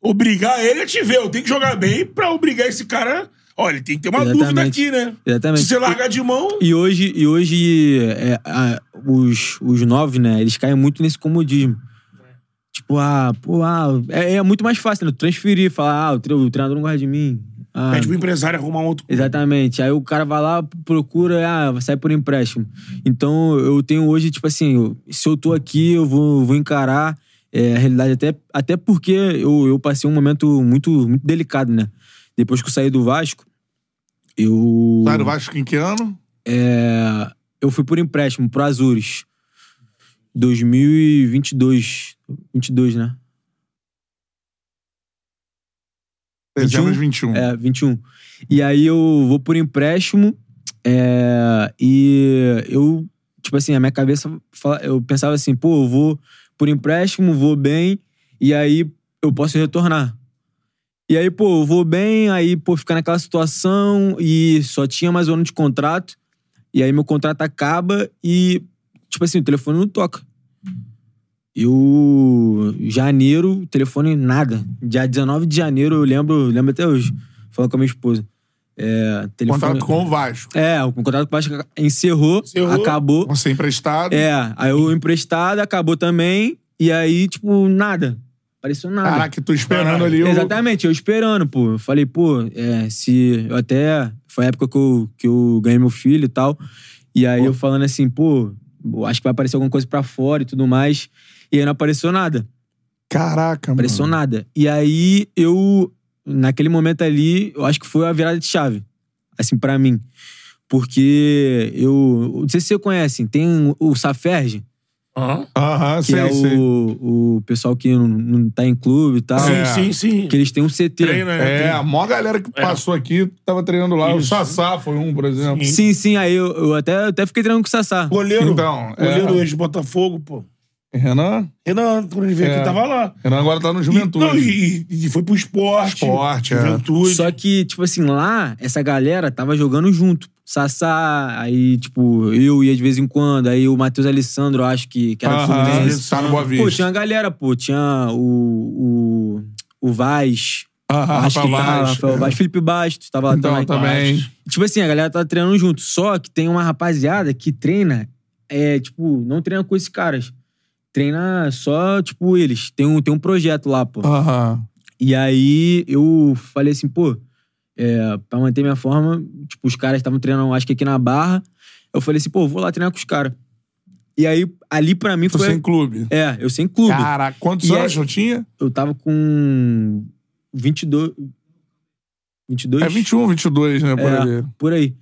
obrigar ele a te ver. Eu tenho que jogar bem pra obrigar esse cara. Olha, ele tem que ter uma dúvida Exatamente. aqui, né? Exatamente. Se você largar de mão. E hoje, e hoje é, a- os, os novos, né, eles caem muito nesse comodismo. Tipo, ah, pô, ah, é, é muito mais fácil, né? tu Transferir, falar, ah, o, tre- o treinador não gosta de mim. Ah, Pede pro empresário arrumar um outro. Exatamente. Aí o cara vai lá, procura, ah, sai por empréstimo. Então eu tenho hoje, tipo assim, eu- se eu tô aqui, eu vou, vou encarar é, a realidade, até, até porque eu, eu passei um momento muito, muito delicado, né? Depois que eu saí do Vasco, eu. Sai do Vasco em que ano? um. É, eu fui por empréstimo pro Azures. 2022. 22, né? Dezembro de 21. É, 21. E aí eu vou por empréstimo. é, e eu, tipo assim, a minha cabeça, fala- eu pensava assim, pô, eu vou por empréstimo, vou bem, e aí eu posso retornar. E aí, pô, eu vou bem, aí, pô, ficar naquela situação e só tinha mais um ano de contrato. E aí meu contrato acaba e, tipo assim, o telefone não toca. Eu. Janeiro, telefone nada. Dia 19 de janeiro, eu lembro, lembro até hoje, falando com a minha esposa. É, telefone. Contrato com o Vasco. É, o contrato com o Vasco encerrou, Encerrou. acabou. Você emprestado. É, aí o emprestado acabou também, e aí, tipo, nada. Apareceu nada. Caraca, tu esperando ali o. Exatamente, eu esperando, pô. Eu falei, pô, é, se. Eu até. Foi a época que eu, que eu ganhei meu filho e tal. E aí eu falando assim, pô, eu acho que vai aparecer alguma coisa pra fora e tudo mais. E aí não apareceu nada. Caraca, mano. Apareceu nada. E aí eu. Naquele momento ali, eu acho que foi a virada de chave. Assim, pra mim. Porque eu. Não sei se vocês conhecem, tem o Saferge, Aham. Aham, que sei, é sei. o, o pessoal que não, não tá em clube e tal. Sim, É. sim, sim. Que eles têm um CT. Treina, né? É, a maior galera que passou aqui tava treinando lá. O Isso. Sassá foi um, por exemplo. Sim, sim, aí eu, eu até, eu até fiquei treinando com o Sassá. Goleiro. Então, é. goleiro hoje de Botafogo, pô. Renan? Renan, quando ele veio É. aqui, tava lá. Renan agora tá no E, não, Juventude. e, e foi pro esporte. Esporte, é. Juventude. Só que, tipo assim, lá, essa galera tava jogando junto. Sassá, aí, tipo, eu ia de vez em quando, aí o Matheus Alessandro, eu acho que, que era do Aham, Fluminense. tá no Boa Pô, Vista. tinha uma galera, pô, tinha o. o, o Vaz. Aham, acho que Rafael tava, Vaz, Rafael é. Vaz, Felipe Bastos, tava lá Então, também. também. Tipo assim, a galera tá treinando junto. Só que tem uma rapaziada que treina, é, tipo, não treina com esses caras. Treina só, tipo, eles. Tem um, tem um projeto lá, pô. Aham. E aí eu falei assim, pô, é, pra manter minha forma, tipo, os caras estavam treinando, acho que aqui na Barra. Eu falei assim, pô, vou lá treinar com os caras. E aí, ali pra mim Tô foi. sem clube. É, eu sem clube. Caraca, quantos E anos é- eu tinha? Eu tava com 22. 22? É 21, 22, né, por É. ali. por aí.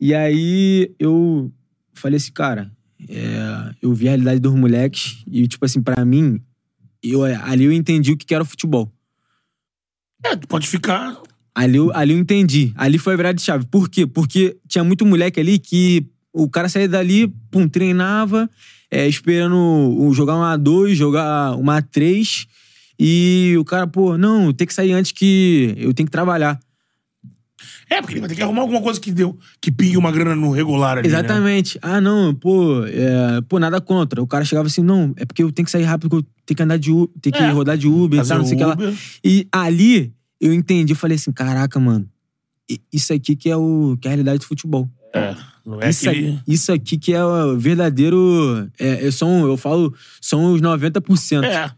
E aí eu falei assim, cara, é, eu vi a realidade dos moleques e, tipo assim, pra mim, eu, é, ali eu entendi o que que era o futebol. É, tu pode ficar. Ali eu, ali eu entendi. Ali foi a virada de chave. Por quê? Porque tinha muito moleque ali que o cara saía dali, pum, treinava, é, esperando o- jogar uma A2, jogar uma A3. E o cara, pô, não, tem que sair antes que eu tenho que trabalhar. É, porque ele vai ter que arrumar alguma coisa que deu, que pingue uma grana no regular ali. né? Exatamente. Ah, não, pô, é, pô, nada contra. O cara chegava assim, não, é porque eu tenho que sair rápido, porque eu tenho que andar de Uber, tenho que É. rodar de Uber, Fazer tal, não sei o que lá. Uber. E ali eu entendi, eu falei assim, caraca, mano, i- isso aqui que é o que é a realidade do futebol. É, não é isso, aquele... aqui, isso aqui que é o verdadeiro. É, é, são, eu falo, são os 90%. É.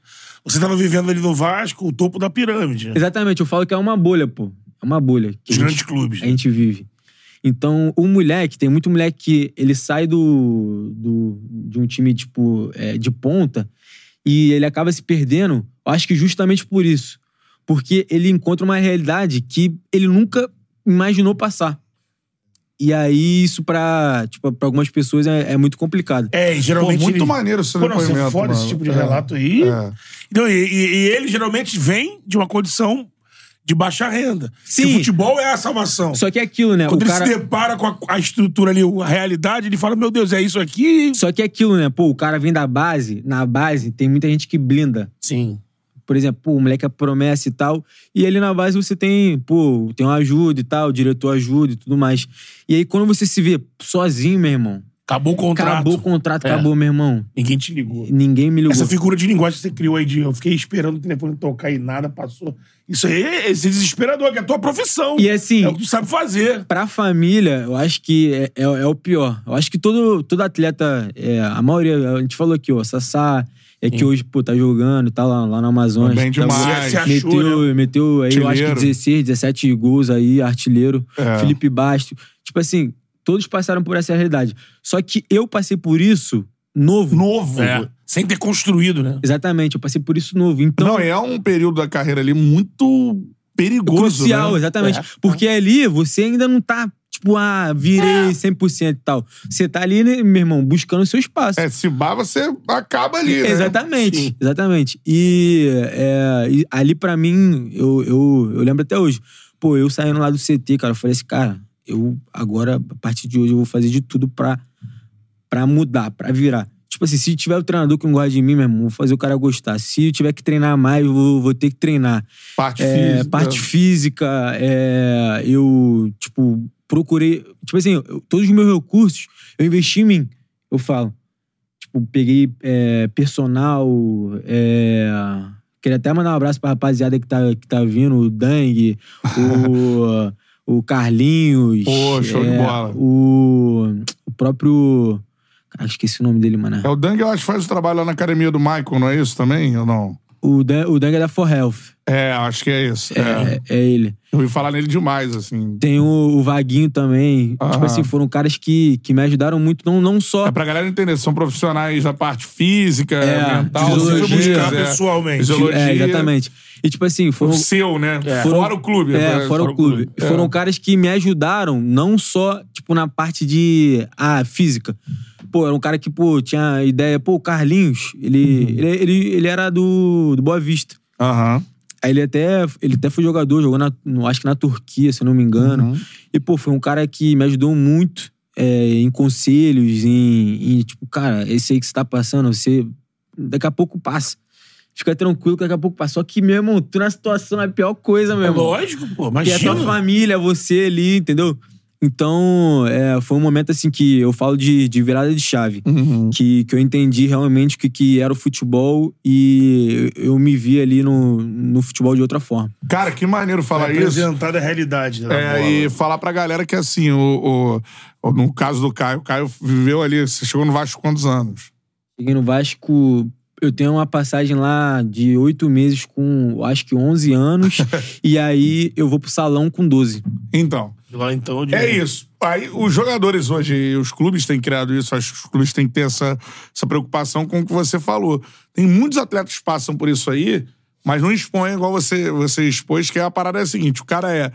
Você tava vivendo ali no Vasco, o topo da pirâmide. né? Exatamente, eu falo que é uma bolha, pô. É uma bolha. que Os a gente- grandes clubes. a gente vive. Então, o moleque, tem muito moleque que ele sai do, do- de um time, tipo, é, de ponta e ele acaba se perdendo, eu acho que justamente por isso. Porque ele encontra uma realidade que ele nunca imaginou passar. E aí, isso pra, tipo, pra algumas pessoas é, é muito complicado. É, e Pô, geralmente. muito ele... maneiro esse Pô, não, depoimento, você foda mano. esse tipo de É, relato aí. é. Não, e, e- e ele geralmente vem de uma condição de baixa renda. Sim. Que o futebol é a salvação. Tipo, Só que é aquilo, né? Quando o ele cara... se depara com a, a estrutura ali, a realidade, ele fala: Meu Deus, é isso aqui? Só que é aquilo, né? Pô, o cara vem da base, na base tem muita gente que blinda. Sim. por exemplo, pô, o moleque é promessa e tal, e ali na base você tem, pô, tem uma ajuda e tal, o diretor ajuda e tudo mais. E aí quando você se vê sozinho, meu irmão, Acabou o contrato. acabou o contrato, É. acabou, meu irmão. Ninguém te ligou. Ninguém me ligou. Essa figura de linguagem que você criou aí, de eu fiquei esperando o telefone tocar e nada passou. Isso aí é, é desesperador, que é a tua profissão. E assim, É o que tu sabe fazer. pra família, eu acho que é, é- é o pior. Eu acho que todo, todo atleta, é, a maioria, a gente falou aqui, ó, Sassá, é que hoje, pô, tá jogando, tá lá, lá na Amazônia. Bem tá demais. Se achou, Meteu, meteu aí, eu acho que Artilheiro. 16, 17 gols aí, artilheiro. É. Felipe Basto. Tipo assim, todos passaram por essa realidade. Só que eu passei por isso novo. Novo. É. Sem ter construído, né? Exatamente, eu passei por isso novo. Então, Não, é um período da carreira ali muito perigoso, crucial, né? exatamente. É. Porque ali você ainda não tá, tipo, ah, virei 100% e tal. Você tá ali, né, meu irmão, buscando o seu espaço. É, se bar, você acaba ali, né? Exatamente, Sim. exatamente. E, é, e ali pra mim, eu, eu, eu lembro até hoje. Pô, eu saindo lá do CT, cara, eu falei assim, cara, eu agora, a partir de hoje, eu vou fazer de tudo pra, pra mudar, pra virar. Tipo assim, se tiver o treinador que não gosta de mim, meu irmão, vou fazer o cara gostar. Se eu tiver que treinar mais, eu vou, vou ter que treinar. Parte É, física. parte física, é, eu, tipo, procurei. Tipo assim, eu- todos os meus recursos eu investi em mim, eu falo. Tipo, peguei é, personal. é, queria até mandar um abraço pra rapaziada que tá, que tá vindo, o Dang, o, <laughs> o Carlinhos. Pô, show de é, bola. O, o próprio. Cara, esqueci o nome dele, mano. É, o Dang, eu acho que faz o trabalho lá na academia do Michael, não é isso também? Ou não? O, Dan, o Dang é da For Health. É, acho que é isso. É. É- é ele. Eu ouvi falar nele demais, assim. Tem o, o Vaguinho também. Aham. Tipo assim, foram caras que, que me ajudaram muito, não, não só. É pra galera entender, são profissionais da parte física, É, mental, fisiologia, se você buscar é. pessoalmente. Fisiologia, É, exatamente. E tipo assim, O foram. seu, né? foram- Fora o clube. É, né? fora o clube. E É. Foram caras que me ajudaram, não só, tipo, na parte de. Ah, física. Pô, era um cara que, pô, tinha ideia. Pô, o Carlinhos, ele, ele, ele, ele era do, do Boa Vista. Aham. Aí ele até, ele até foi jogador, jogou na, no- acho que na Turquia, se eu não me engano. E, pô, foi um cara que me ajudou muito é, em conselhos, em, em, tipo, cara, esse aí que você tá passando, você daqui a pouco passa. Fica tranquilo que daqui a pouco passa. Só que, meu irmão, tu na situação é a pior coisa, meu É irmão. lógico, pô. Que é a tua Imagina. família, você ali, entendeu? Então, é, foi um momento assim que eu falo de, de virada de chave Uhum. que, que eu entendi realmente o que, que era o futebol e eu me vi ali no, no futebol de outra forma. Cara, que maneiro falar isso. Apresentada É, a realidade né, da bola. É, e falar pra galera que assim, o, o- o- no caso do Caio, o Caio viveu ali, você chegou no Vasco quantos anos? Cheguei no Vasco, eu tenho uma passagem lá de oito meses com acho que <laughs> 11 anos e aí eu vou pro salão com 12. Então, Lá então... de- é isso. Aí os jogadores hoje, os clubes têm criado isso, acho que os clubes têm que ter essa, essa preocupação com o que você falou. Tem muitos atletas que passam por isso aí, mas não expõem igual você, você expôs, que a parada é a seguinte, o cara é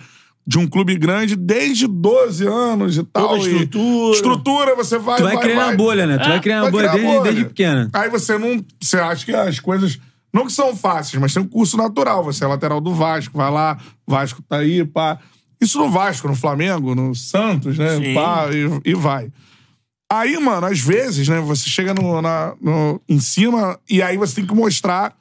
de um clube grande desde 12 anos e tal. Toda a e- estrutura. Estrutura, você vai, Tu vai vai, criando vai. a bolha, né? Tu vai criando a vai bolha criar a desde, bolha. desde pequena. Aí você não. Você acha que as coisas. Não que são fáceis, mas tem um curso natural. Você é lateral do Vasco, vai lá, Vasco tá aí, pá. Isso no Vasco, no Flamengo, no Santos, né? Sim. Pá, e, e vai. Aí, mano, às vezes, né, você chega no, na- no- em cima e aí você tem que mostrar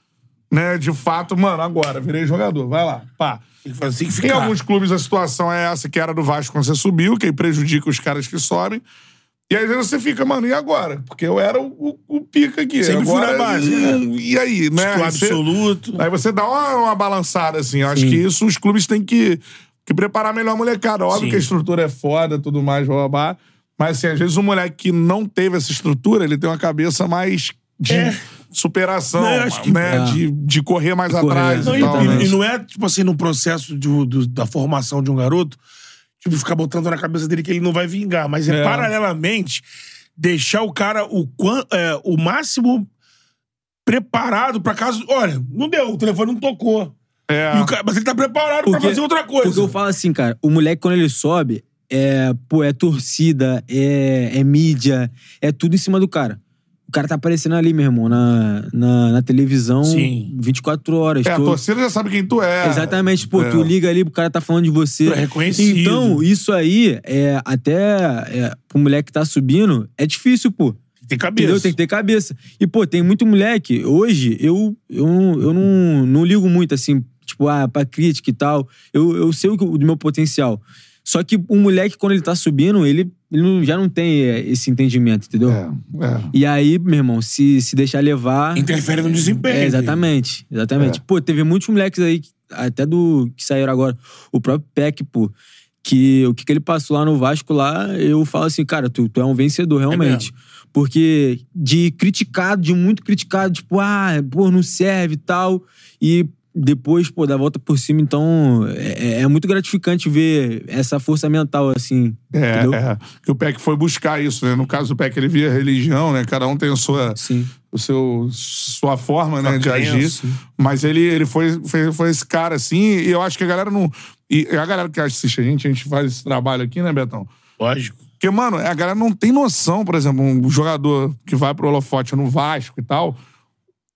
né, de fato, mano, agora, virei jogador, vai lá, pá. Tem que fazer assim que Em ficar. alguns clubes a situação é essa que era do Vasco quando você subiu, que aí prejudica os caras que sobem. E às vezes você fica, mano, e agora? Porque eu era o, o- o pica aqui. Sempre fui agora, na base, né? Tipo, E, e aí, né? Titular Aí você- absoluto. Aí você dá uma, uma balançada, assim. Eu acho que isso os clubes têm que, que preparar melhor a molecada. Óbvio Sim. que a estrutura é foda, tudo mais, babá. Mas, assim, às vezes o moleque que não teve essa estrutura, ele tem uma cabeça mais de É. superação, Não, eu acho que- né? É. de, de correr mais correr, atrás Não, e e- tal, exatamente. né? e, e não é, tipo assim, no processo de- do- da formação de um garoto, tipo, ficar botando na cabeça dele que ele não vai vingar. Mas é, É. paralelamente deixar o cara o, quan- é, o máximo preparado pra caso. Olha, não deu, o telefone não tocou. É. E o ca- mas ele tá preparado pra Porque- fazer outra coisa. Porque eu falo assim, cara, o moleque quando ele sobe, é, pô, é torcida, é, é mídia, é tudo em cima do cara. O cara tá aparecendo ali, meu irmão, na, na, na televisão Sim. 24 horas. É, a todo- torcida já sabe quem tu é. Exatamente, pô, É. tu liga ali, o cara tá falando de você. Tu é reconhecido. Então, isso aí, é, até é, pro moleque que tá subindo, é difícil, pô. Tem cabeça. Entendeu? Tem que ter cabeça. E, pô, tem muito moleque. Hoje, eu, eu, não- eu não, não ligo muito, assim, tipo, ah, pra crítica e tal. Eu, eu sei o que- do meu potencial. Só que o moleque, quando ele tá subindo, ele, ele não- já não tem é, esse entendimento, entendeu? É, é. E aí, meu irmão, se, se deixar levar. Interfere no desempenho. É, exatamente, exatamente. Pô, teve muitos moleques aí, que- até do que saíram agora, o próprio Peck, pô, que o que, que ele passou lá no Vasco lá, eu falo assim, cara, tu, tu é um vencedor realmente. Porque de criticado, de muito criticado, tipo, ah, pô, não serve e tal. E depois, pô, dá a volta por cima. Então, é, é muito gratificante ver essa força mental, assim. É, entendeu? é. Que o PEC foi buscar isso, né? No caso do PEC, ele via religião, né? Cada um tem a sua, Sim. o seu, sua forma, né, Sua de agir. crença. Mas ele, ele foi, foi, foi esse cara, assim, e eu acho que a galera não. E a galera que assiste a gente, a gente faz esse trabalho aqui, né, Betão? Lógico. Porque, mano, a galera não tem noção, por exemplo, um jogador que vai pro holofote no Vasco e tal,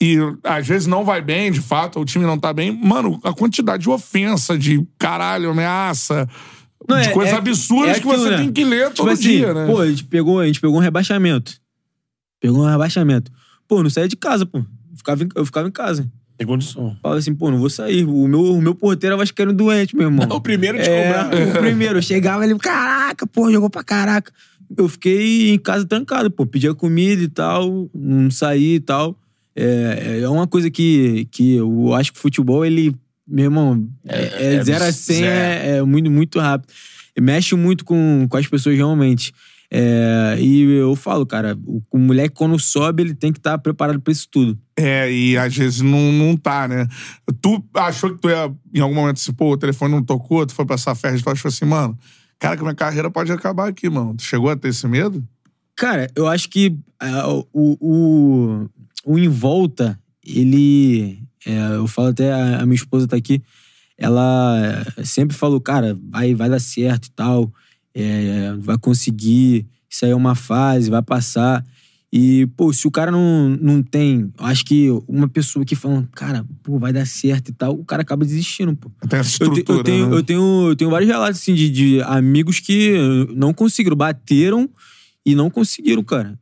e às vezes não vai bem, de fato, o time não tá bem. Mano, a quantidade de ofensa, de caralho, ameaça, Não, de é- coisas é- absurdas é que você aquilo, né? tem que ler Tipo todo assim, dia, né? Pô, a gente, pegou, a gente pegou um rebaixamento. Pegou um rebaixamento. Pô, não saía de casa, pô. Eu ficava em, eu ficava em casa. Tem condição. Falava assim, pô, não vou sair. O meu, o meu porteiro era vascaíno doente, <laughs> meu irmão. O primeiro de É, cobrar. o primeiro. Eu chegava ele, caraca, pô, jogou pra caraca. Eu fiquei em casa trancado, pô. Pedia comida e tal, não saí e tal. É, é uma coisa que, que eu acho que o futebol, ele, meu irmão, É, é, é 0 a do 100 zero. é, é muito, muito rápido. Mexe muito com, com as pessoas realmente. É, e eu falo, cara, o, o moleque quando sobe, ele tem que estar preparado pra isso tudo. É, e às vezes não, não tá, né? Tu achou que tu ia, em algum momento, assim, pô, o telefone não tocou, tu foi pra essa festa, tu achou assim, mano, cara, que minha carreira pode acabar aqui, mano. Tu chegou a ter esse medo? Cara, eu acho que ah, o, o, o em volta, ele. é, eu falo até, a, a minha esposa tá aqui, ela é, sempre falou, cara, vai, vai dar certo e tal, é, vai conseguir, isso aí é uma fase, vai passar. E, pô, se o cara não, não tem, eu acho que uma pessoa que fala, cara, pô, vai dar certo e tal, o cara acaba desistindo, pô. Tem essa Eu, te- estrutura, eu, tenho, né? eu, tenho, eu tenho vários relatos assim, de, de amigos que não conseguiram, bateram e não conseguiram, cara.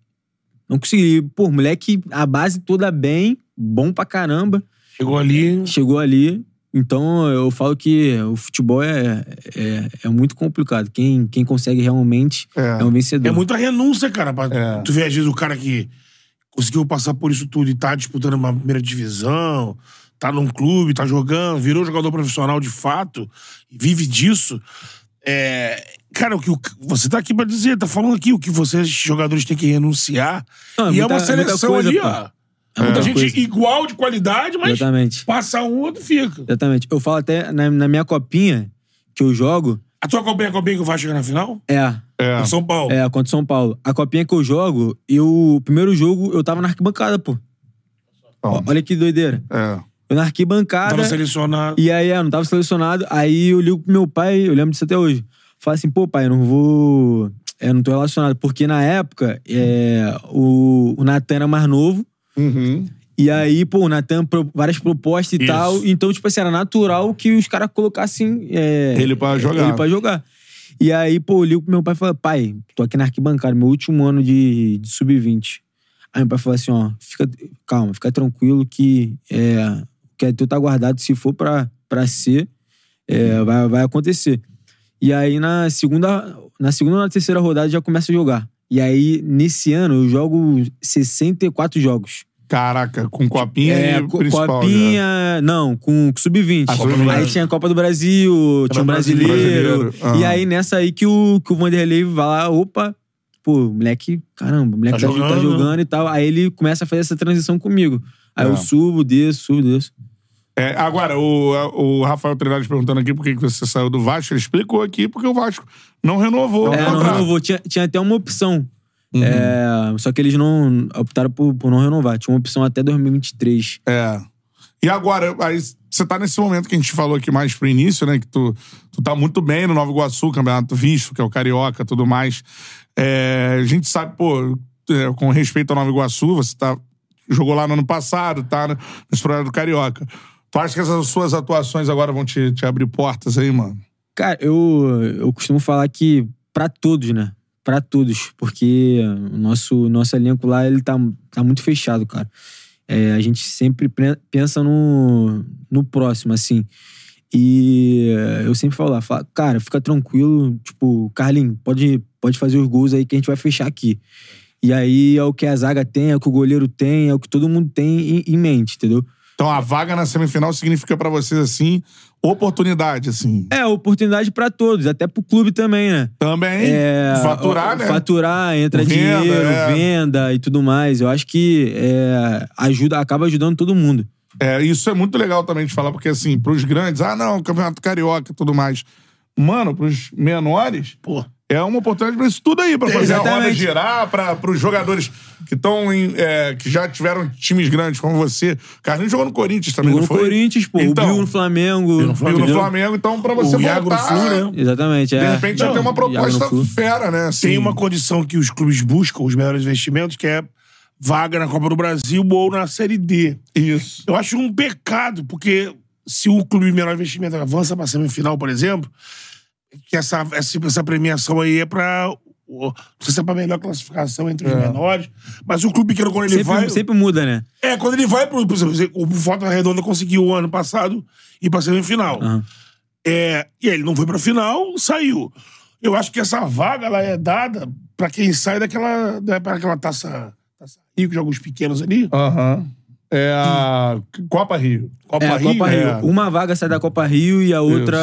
Não conseguiram. Pô, moleque, a base toda bem, bom pra caramba, É, Chegou ali. chegou ali. Então eu falo que o futebol é, é, é muito complicado. Quem, quem consegue realmente é, É. um vencedor. É muita renúncia, cara. pra- É. Tu vê, às vezes, o cara que conseguiu passar por isso tudo e tá disputando uma primeira divisão, tá num clube, tá jogando, virou jogador profissional de fato, vive disso. É, Cara, o que o- você tá aqui pra dizer, tá falando aqui o que vocês, jogadores, têm que renunciar. Não, e é muita- uma muita seleção coisa, ali, pô. ó. É muita Muita gente coisa. igual de qualidade, mas Exatamente. passa um, outro fica. Exatamente. Eu falo até na, na minha copinha que eu jogo, A tua copinha é a copinha que vai chegar na final? é É. O São Paulo. É, contra o São Paulo. A copinha que eu jogo, eu. O primeiro jogo eu tava na arquibancada, pô. Ó, Olha que doideira. Hum. É. Eu Tava na arquibancada. selecionado. E aí, é, eu não tava selecionado. Aí eu ligo pro meu pai, eu lembro disso até hoje. Falei assim, pô, pai, eu não vou. É, não tô relacionado. Porque na época, é, o, o Natan era mais novo. Uhum. E aí, pô, o Natan, pro- várias propostas e Isso. tal. Então, tipo assim, era natural que os caras colocassem. é, Ele pra jogar. Ele pra jogar. E aí, pô, eu ligo pro meu pai e falei, pai, tô aqui na arquibancada, meu último ano de, de sub-20. Aí meu pai falou assim, ó, fica, calma, fica tranquilo que é, que é teu tá guardado, se for pra, pra ser, é, vai, vai acontecer. E aí na segunda, na segunda ou na terceira rodada já começa a jogar. E aí, nesse ano, eu jogo 64 jogos. Caraca, com copinha É, e co- principal. né? Copinha. Não, com Sub-20. Ah, Sub-20. Aí tinha a Copa do Brasil, tinha o brasileiro. brasileiro. Brasileiro, E ah. aí, nessa aí que o, que o Vanderlei vai lá, opa, pô, moleque, caramba, o moleque Tá tá, jogando, jogando. e tal. Aí ele começa a fazer essa transição comigo. Aí É. eu subo, desço, subo, desço. já. É, agora, o, o Rafael Trindade perguntando aqui por que que você saiu do Vasco. Ele explicou aqui porque o Vasco não renovou. É, o não contrato. renovou. Tinha, tinha até uma opção. É, só que eles não optaram por, por não renovar. Tinha uma opção até 2023. É. E agora, aí você tá nesse momento que a gente falou aqui mais pro início, né? Que tu, tu tá muito bem no Nova Iguaçu, Campeonato Visto, que é o Carioca tudo mais. É, a gente sabe, pô, é, com respeito ao Nova Iguaçu, você tá, jogou lá no ano passado, tá no- nesse programa do Carioca. Tu acha que essas suas atuações agora vão te, te abrir portas aí, mano? Cara, eu, eu costumo falar que pra todos, né? Pra todos, porque o nosso, nosso elenco lá ele tá, tá muito fechado, cara. É, a gente sempre pre- pensa no, no próximo, assim. E é, eu sempre falo lá, falo, cara, fica tranquilo, tipo, Carlinhos, pode, pode fazer os gols aí que a gente vai fechar aqui. E aí é o que a zaga tem, é o que o goleiro tem, é o que todo mundo tem em- em mente, entendeu? Então a vaga na semifinal significa pra vocês, assim, oportunidade, assim. É, oportunidade pra todos, até pro clube também, né? Também faturar, É, o- né? Faturar, entra Venda, dinheiro, é. venda e tudo mais. Eu acho que é, ajuda, acaba ajudando todo mundo. É, isso é muito legal também de falar, porque assim, pros grandes, ah, não, campeonato carioca e tudo mais. Mano, pros menores, Pô. é uma oportunidade pra isso tudo aí, pra fazer a roda Exatamente. girar, pra, pros jogadores que estão em. é, que já tiveram times grandes como você. O Carlinhos jogou no Corinthians também, Jogou no não foi? Corinthians, pô. Então, o Bill no Flamengo. Bill no Jogou no entendeu? Flamengo, então pra você o Iago voltar. no Flu, né? Exatamente, é. De repente já Não, tem uma Iago proposta no Flu. fera, né? Assim, Tem uma condição que os clubes buscam, os melhores investimentos, que é vaga na Copa do Brasil ou na Série D. Isso. Eu acho um pecado, porque se o clube de menor investimento avança para semifinal, por exemplo, que essa, essa, essa premiação aí é para. Não sei se é para melhor classificação entre os menores, mas o clube que quando ele Sempre, vai. sempre muda, né? É, quando ele vai pro. Por exemplo, o Volta Redonda conseguiu o ano passado ir pra semifinal. Aham. É, e aí ele não foi pra final, saiu. Eu acho que essa vaga ela é dada pra quem sai daquela, daquela taça, taça Rio, que joga os pequenos ali. Aham. É a Ah, Copa Rio. Copa É, a Copa Rio. é. Uma vaga sai da Copa Rio e a outra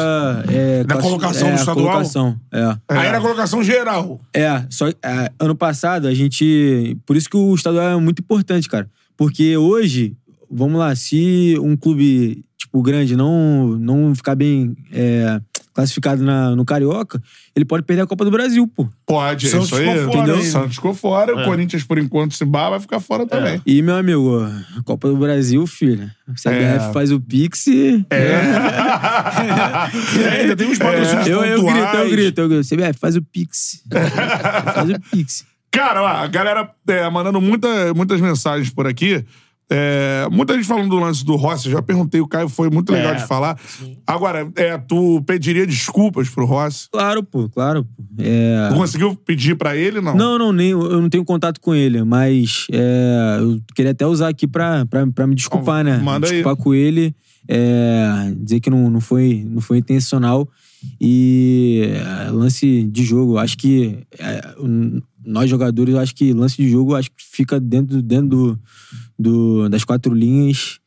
é. Da classi- colocação é, do estadual? Colocação, é. Aí era a colocação geral. É, só é, ano passado a gente. Por isso que o estadual é muito importante, cara. Porque hoje, vamos lá, se um clube, tipo, grande não, não ficar bem é, classificado na, no Carioca, ele pode perder a Copa do Brasil, pô. Pode, é Santos isso aí. ficou fora, entendeu? hein? É. Santos ficou fora, É. o Corinthians, por enquanto, se bar, vai ficar fora <laughs> também. E, meu amigo, a Copa do Brasil, filho. O CBF É. faz o Pix e. É, ainda tem uns patrocínios Eu, eu grito, eu pontuais. grito, eu grito. CBF, faz o Pix. faz o Pix. Cara, ó, a galera é, mandando muita, muitas mensagens por aqui. É, muita gente falando do lance do Rossi, já perguntei, o Caio foi muito legal É, de falar. Agora, é, tu pediria desculpas pro Rossi? Claro, pô, claro. Pô. É. Tu conseguiu pedir pra ele, não? Não, não, nem, eu não tenho contato com ele, mas é, eu queria até usar aqui pra, pra, pra me desculpar, né? Manda aí. desculpar com ele, é, dizer que não, não, foi, não foi intencional. E é, lance de jogo, eu acho que é, um, nós jogadores, eu acho que lance de jogo eu acho que fica dentro, dentro do, do- das quatro linhas.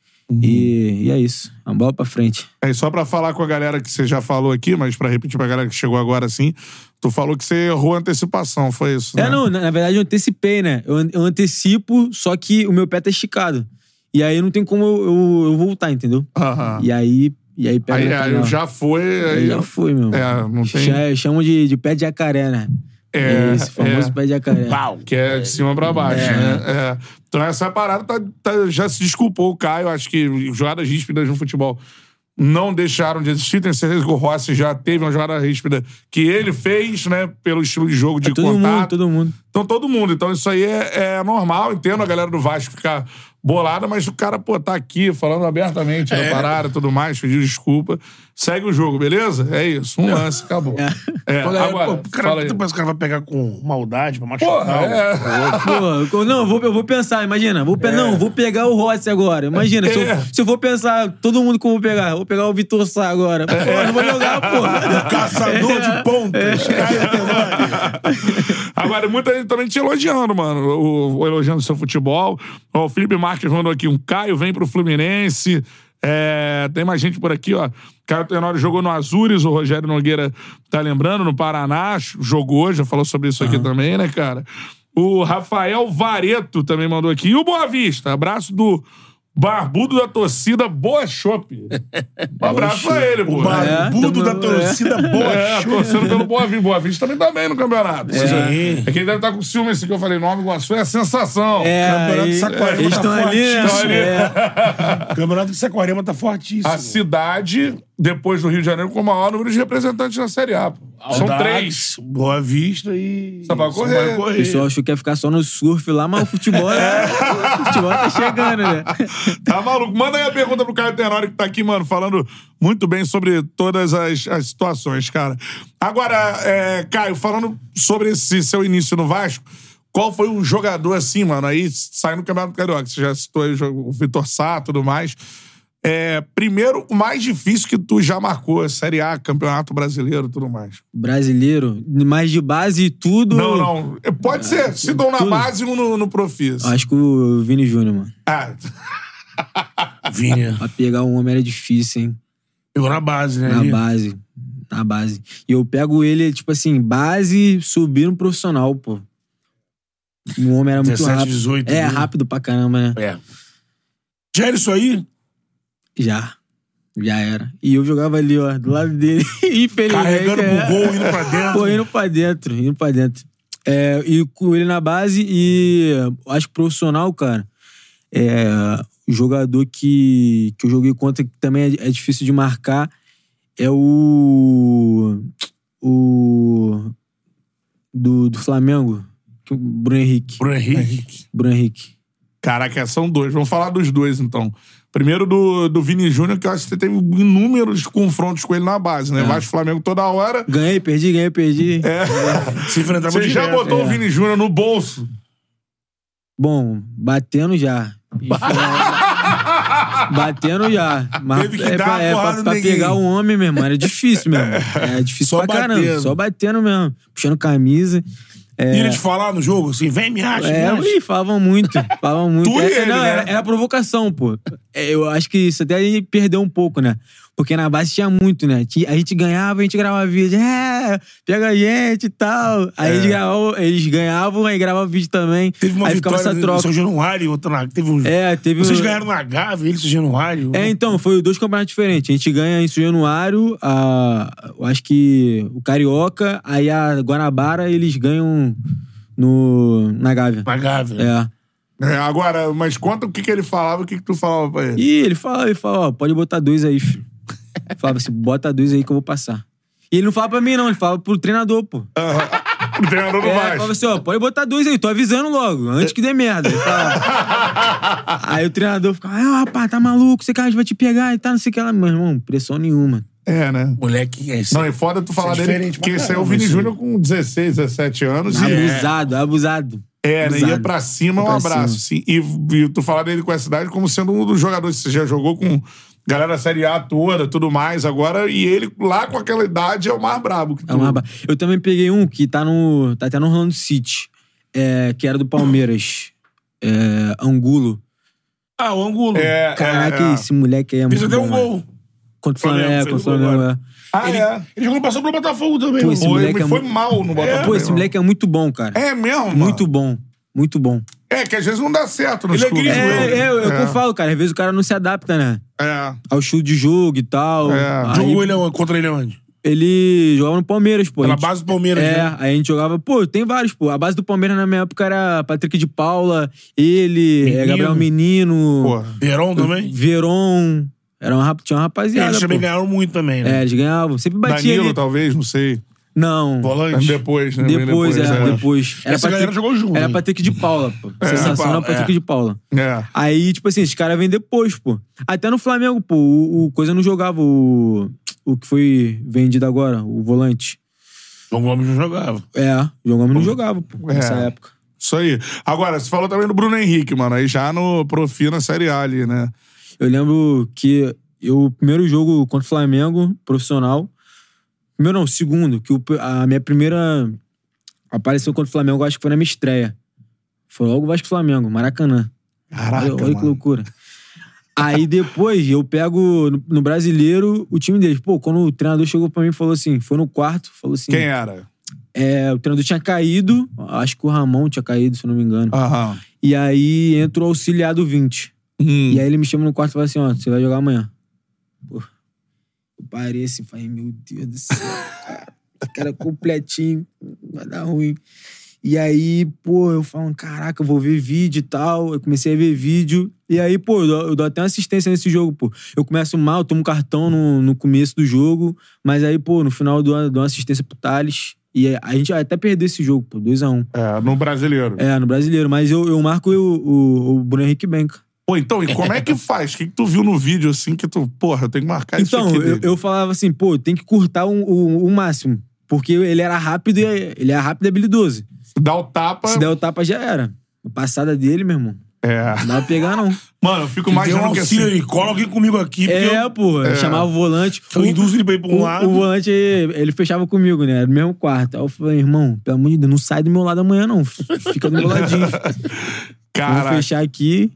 E, e é isso. A bola pra frente. É só pra falar com a galera que você já falou aqui, mas pra repetir pra galera que chegou agora assim, tu falou que você errou a antecipação, foi isso? É, né? não, na, na verdade eu antecipei, né? Eu, an- eu antecipo, só que o meu pé tá esticado. E aí não tem como eu, eu- eu voltar, entendeu? Aham. E aí, e aí pega. Aí, na aí canela. já foi. Aí aí- já foi, meu. É, não tem- Cha- Chamam de, de pé de jacaré, né? É, Esse famoso é. pé de jacaré. Pau. Que é de cima pra baixo, né? É. Então essa parada tá- tá- já se desculpou o Caio. Acho que jogadas ríspidas no futebol não deixaram de existir. Tenho certeza que o Rossi já teve uma jogada ríspida que ele fez, né? Pelo estilo de jogo de É todo contato. mundo, todo mundo. Então todo mundo. Então isso aí é, é normal. Entendo a galera do Vasco ficar bolada, mas o cara, pô, tá aqui falando abertamente É. da parada e tudo mais, pediu desculpa. Segue o jogo, beleza? É isso. Um lance, acabou. É, Galera, agora, pô, o cara, fala aí. Depois o cara vai pegar com maldade pra machucar. Porra, é. Pô, eu- não, eu vou, eu vou pensar, imagina. Vou, pe- Não, vou pegar o Rossi agora. Imagina, se, É. eu, se eu for pensar, todo mundo que eu vou pegar, vou pegar o Vitor Sá É. agora. Pô, eu não vou jogar, pô. Caçador de pontas. Caio Fernandes. Agora, muita gente também te elogiando, mano. O, o- elogiando seu futebol. Ó, o Felipe Marques mandou aqui um Caio, vem pro Fluminense. É, tem mais gente por aqui, ó. Caio Tenório jogou no Azures, o Rogério Nogueira tá lembrando, no Paraná, jogou, já falou sobre isso aqui também, né, cara? O Rafael Vareto também mandou aqui. E o Boa Vista, abraço do barbudo da torcida Boa Chopp. Um abraço pra ele, pô. O barbudo É, da tamo- torcida boa. É, torcendo pelo Boa Vista. Boa Vista também tá bem no campeonato. Sim. É quem deve estar com ciúme esse que eu falei, Nova Iguaçu é a sensação. É, Campeonato aí, Saquarema eles tá estão ali, né? fortíssimo, né? É. O campeonato de Saquarema tá fortíssimo. A cidade, depois do Rio de Janeiro, com o maior número de representantes na Série A. pô. São Aldax, três. Boa Vista e... Só vai correr. O pessoal achou que ia ficar só no surf lá, mas o futebol, é, o futebol tá chegando, né? Tá maluco? Manda aí a pergunta pro Caio Tenório que tá aqui, mano, falando muito bem sobre todas as, as situações, cara. Agora, é, Caio, falando sobre esse seu início no Vasco, qual foi o jogador assim, mano, aí saindo do Campeonato Carioca? Você já citou aí o, jogo- o Vitor Sá e tudo mais. É, primeiro, o mais difícil que tu já marcou, Série A, Campeonato Brasileiro e tudo mais. Brasileiro, mais de base e tudo. Não, não. É, Pode ser, se dão na tudo. base e um no, no Profis. Acho que o Vini Júnior, mano. Ah, <laughs> Vinha. Pra pegar um homem era difícil, hein? Pegou na base, né? Na ali? base. Na base. E eu pego ele, tipo assim, base, subir no profissional, pô. O homem era muito 17, rápido. 18, é, né? rápido pra caramba, né? É. Já era isso aí? Já. Já era. E eu jogava ali, ó, do lado dele. <laughs> Infelizmente. Carregando é. pro gol, indo pra dentro. Pô, indo pra dentro, indo pra dentro. É, e com ele na base e acho que profissional, cara, é jogador que, que eu joguei contra que também é, é difícil de marcar é o o do, do Flamengo, que o Bruno Henrique, Bruno Henrique. Bruno Henrique. Caraca, são dois. Vamos falar dos dois, então. Primeiro do, do Vini Júnior, que eu acho que você teve inúmeros confrontos com ele na base, É. né? Vasco e Flamengo toda hora. Ganhei, perdi, ganhei, perdi. Se enfrentava Você já direto. botou é. o Vini Júnior no bolso. Bom, <laughs> batendo já. E foi- batendo já. Mas Teve que é dar pra, uma é porrada pra, pra no neguinho. pegar o homem, meu irmão, era difícil <laughs> mesmo. É difícil Só pra caramba. batendo. Só batendo mesmo. Puxando camisa. E eles falaram no jogo assim, vem, me acha, É, me acha. ui, falavam muito. Falavam muito. Tu e é, ele, não, né? era, era provocação, pô. É, Eu acho que isso até aí perdeu um pouco, né? Porque na base tinha muito, né? Tinha- A gente ganhava, a gente gravava vídeo. É, pega a gente e tal. Aí eles, gravavam, eles ganhavam, aí gravava vídeo também. É. Teve uma aí ficava vitória essa em troca. São Januário, outra na... Teve um... É, teve Vocês um- ganharam na Gávea, ele São Januário. É, então, foi dois campeonatos diferentes. A gente ganha em São Januário, a, eu acho que o Carioca, aí a Guanabara, eles ganham no, na Gávea. Na Gávea. É. É, agora, mas conta o que, que ele falava, o que, que tu falava pra ele. E ele fala, ele fala, ó, pode botar dois aí, filho. Eu Falava assim, bota dois aí que eu vou passar. E ele não fala pra mim, não, ele fala pro treinador, pô. Então O treinador do É, falava Vasco. assim, ó, pode botar dois aí, tô avisando logo, antes que dê merda. Ele <laughs> falava. aí o treinador ficava, ah, rapaz, tá maluco, você cara vai te pegar e tá, não sei o que lá. Meu irmão, pressão nenhuma. É, né? Moleque, é esse. Não, é foda tu falar Isso é dele, diferente pra porque esse aí é o caramba, Vini isso aí. Júnior com 16, 17 anos. e- Abusado, abusado. É, né? Ia Abusado. pra cima, um Ia pra abraço. Sim. E, e tu falar dele com essa idade como sendo um dos jogadores. Você já jogou com galera da Série A toda, tudo mais agora. E ele lá com aquela idade é o mais brabo que tu. É uma ba- Eu também peguei um que tá no. tá até no Orlando City. é, que era do Palmeiras. É, Angulo. Ah, o Angulo. É, Caraca, é, é. esse moleque aí é Fez muito. até bom, um mano. gol. Contra o Flamengo, é, Flamengo, contra o fez um gol Flamengo. Ah, ele, é. ele jogou passou pelo Botafogo também. Pô, o esse gol. Foi, moleque mas é foi muito- mal no é. Botafogo. Pô, esse irmão. moleque é muito bom, cara. É mesmo, mano. muito bom. Muito bom. É, que às vezes não dá certo nos Ele é clubes. É, gringo, né? é, é o que É, eu falo, cara. Às vezes o cara não se adapta, né? é. Ao estilo de jogo e tal. É. Aí Jogou ele aonde? contra ele aonde? ele jogava no Palmeiras, pô. Pela A gente- base do Palmeiras, É, né? aí a gente jogava, pô, tem vários, pô. A base do Palmeiras na minha época era Patrick de Paula, ele, Menino. é, Gabriel Menino, Pô. Verão também? Veron. Era uma, rap- tinha É, uma rapaziada. eles também pô. ganharam muito também, né? É, eles ganhavam. Sempre batia Danilo, ali. talvez, não sei. Não. Volante. Depois, né? Bem Depois, é, é. depois. Essa galera jogou junto, Era né? Patrick de Paula, pô. É, Sensação Paula, era Patrick é. de Paula. É. Aí, tipo assim, esses caras vêm depois, pô. Até no Flamengo, pô, o, o Coisa não jogava o, o que foi vendido agora, o volante. João Gomes não jogava. É, o João Gomes não jogava, pô, É. nessa época. Isso aí. Agora, você falou também do Bruno Henrique, mano. Aí já no Profi na Série A ali, né? Eu lembro que eu, o primeiro jogo contra o Flamengo, profissional. Primeiro não, segundo, que o- a minha primeira aparição contra o Flamengo, eu acho que foi na minha estreia. Foi logo Vasco e Flamengo, Maracanã. Caraca, Olha, olha que mano. loucura. Aí depois eu pego no, no brasileiro o time deles. Pô, quando o treinador chegou pra mim e falou assim, foi no quarto, falou assim. Quem era? É, o treinador tinha caído, acho que o Ramon tinha caído, se eu não me engano. Aham. E aí entra o auxiliar do 20. Hum. E aí ele me chama no quarto e fala assim: ó, você vai jogar amanhã. Pô, eu parei assim, falei, meu Deus do céu, cara. Esse Cara é completinho, vai dar ruim. E aí, pô, eu falo, caraca, eu vou ver vídeo e tal. Eu comecei a ver vídeo. E aí, pô, eu dou, eu dou até uma assistência nesse jogo, pô. Eu começo mal, tomo cartão no, no começo do jogo. Mas aí, pô, no final eu dou, uma- dou uma assistência pro Thales. E aí, a gente até perdeu esse jogo, pô, 2x1. É, no brasileiro. É, no brasileiro. Mas eu, eu marco o, o, o Bruno Henrique Benca. Pô, então, e como é que faz? O que, que tu viu no vídeo assim que tu, porra, eu tenho que marcar Então, isso aqui? eu, dele? eu falava assim, pô, tem que curtar o, o- o máximo. Porque ele era rápido e é, ele era rápido e habilidoso. Se Dá o tapa. Se der o tapa, já era. A passada dele, meu irmão. É. Não dá pra pegar, não. Mano, eu fico Deu um imaginando que auxílio assim. aí, cola alguém comigo aqui, porque É, eu, pô. Chamava o volante. eu induzo ele pra ir pra um o, lado. o volante, ele fechava comigo, né? Era no mesmo quarto. Aí eu falei, irmão, pelo amor de Deus, não sai do meu lado amanhã, não. Fica do meu ladinho. Vou Cara, fechar aqui.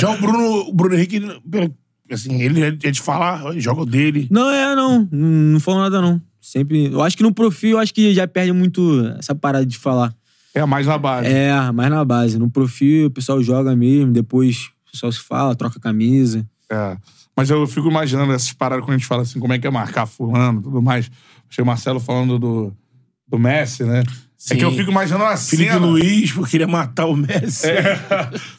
Já o Bruno, o Bruno Henrique, ele- pelo- assim, ele é de falar, joga o dele. Não, é, não. Não, não falo nada, não. Sempre. Eu acho que no profi, eu acho que já perde muito essa parada de falar. é mais na base. É, mais na base. No perfil, o pessoal joga mesmo, depois o pessoal se fala, troca camisa. É. Mas eu fico imaginando essas paradas quando a gente fala assim, como é que é marcar fulano e tudo mais. Achei o Marcelo falando do, do Messi, né? É Sim. que eu fico imaginando uma Felipe cena. Luiz, porque queria matar o Messi. É.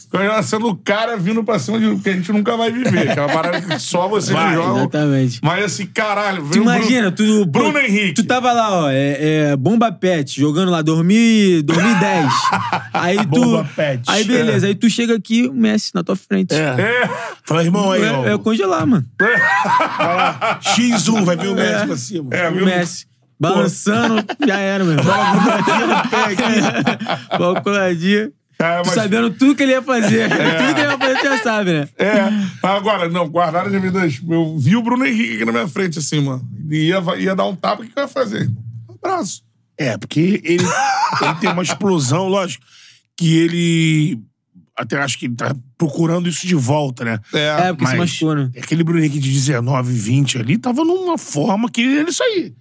Fico imaginando a cena do cara vindo pra cima de. um que a gente nunca vai viver. Que é uma parada que só vocês Vai, jogam. Exatamente. Mas assim, caralho. Tu um veio o Bruno- imagina, tu. Bruno pô, Henrique. Tu tava lá, ó, é, é, Bomba Pet, jogando lá, <laughs> 2000, 2010. aí tu. Bomba Pet, Aí beleza, aí tu chega aqui, o Messi na tua frente. É. Fala, irmão, aí, ó. É, é congelar, mano. X1, vai vir o Messi pra cima. É, o viu? Messi. Balançando, já era, meu irmão. <laughs> Bola coladinha. É, Tu mas- sabendo tudo que ele ia fazer. Tudo que ele ia fazer, tu já sabe, né? É. Agora, não, guardaram as devidas. Eu vi o Bruno Henrique aqui na minha frente, assim, mano. E ia, ia dar um tapa, o que, que eu ia fazer? irmão? Um abraço. É, porque ele, ele tem uma explosão, lógico, que ele. Até acho que ele tá procurando isso de volta, né? É, porque se machucou, né? Aquele Bruno Henrique de 19, 20 ali tava numa forma que ele era isso aí.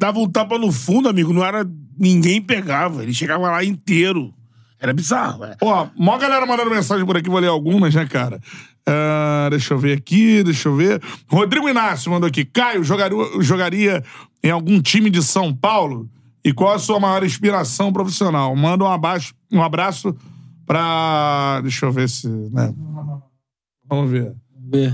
Dava um tapa no fundo, amigo, não era. Ninguém pegava. Ele chegava lá inteiro. Era bizarro. É. Ó, mó galera mandando mensagem por aqui, vou ler algumas, né, cara? Ah, deixa eu ver aqui, deixa eu ver. Rodrigo Inácio mandou aqui. Caio, jogaria, jogaria em algum time de São Paulo? E qual a sua maior inspiração profissional? Manda um, abaixo, um abraço pra... Deixa eu ver se... Né? Vamos ver. Vê.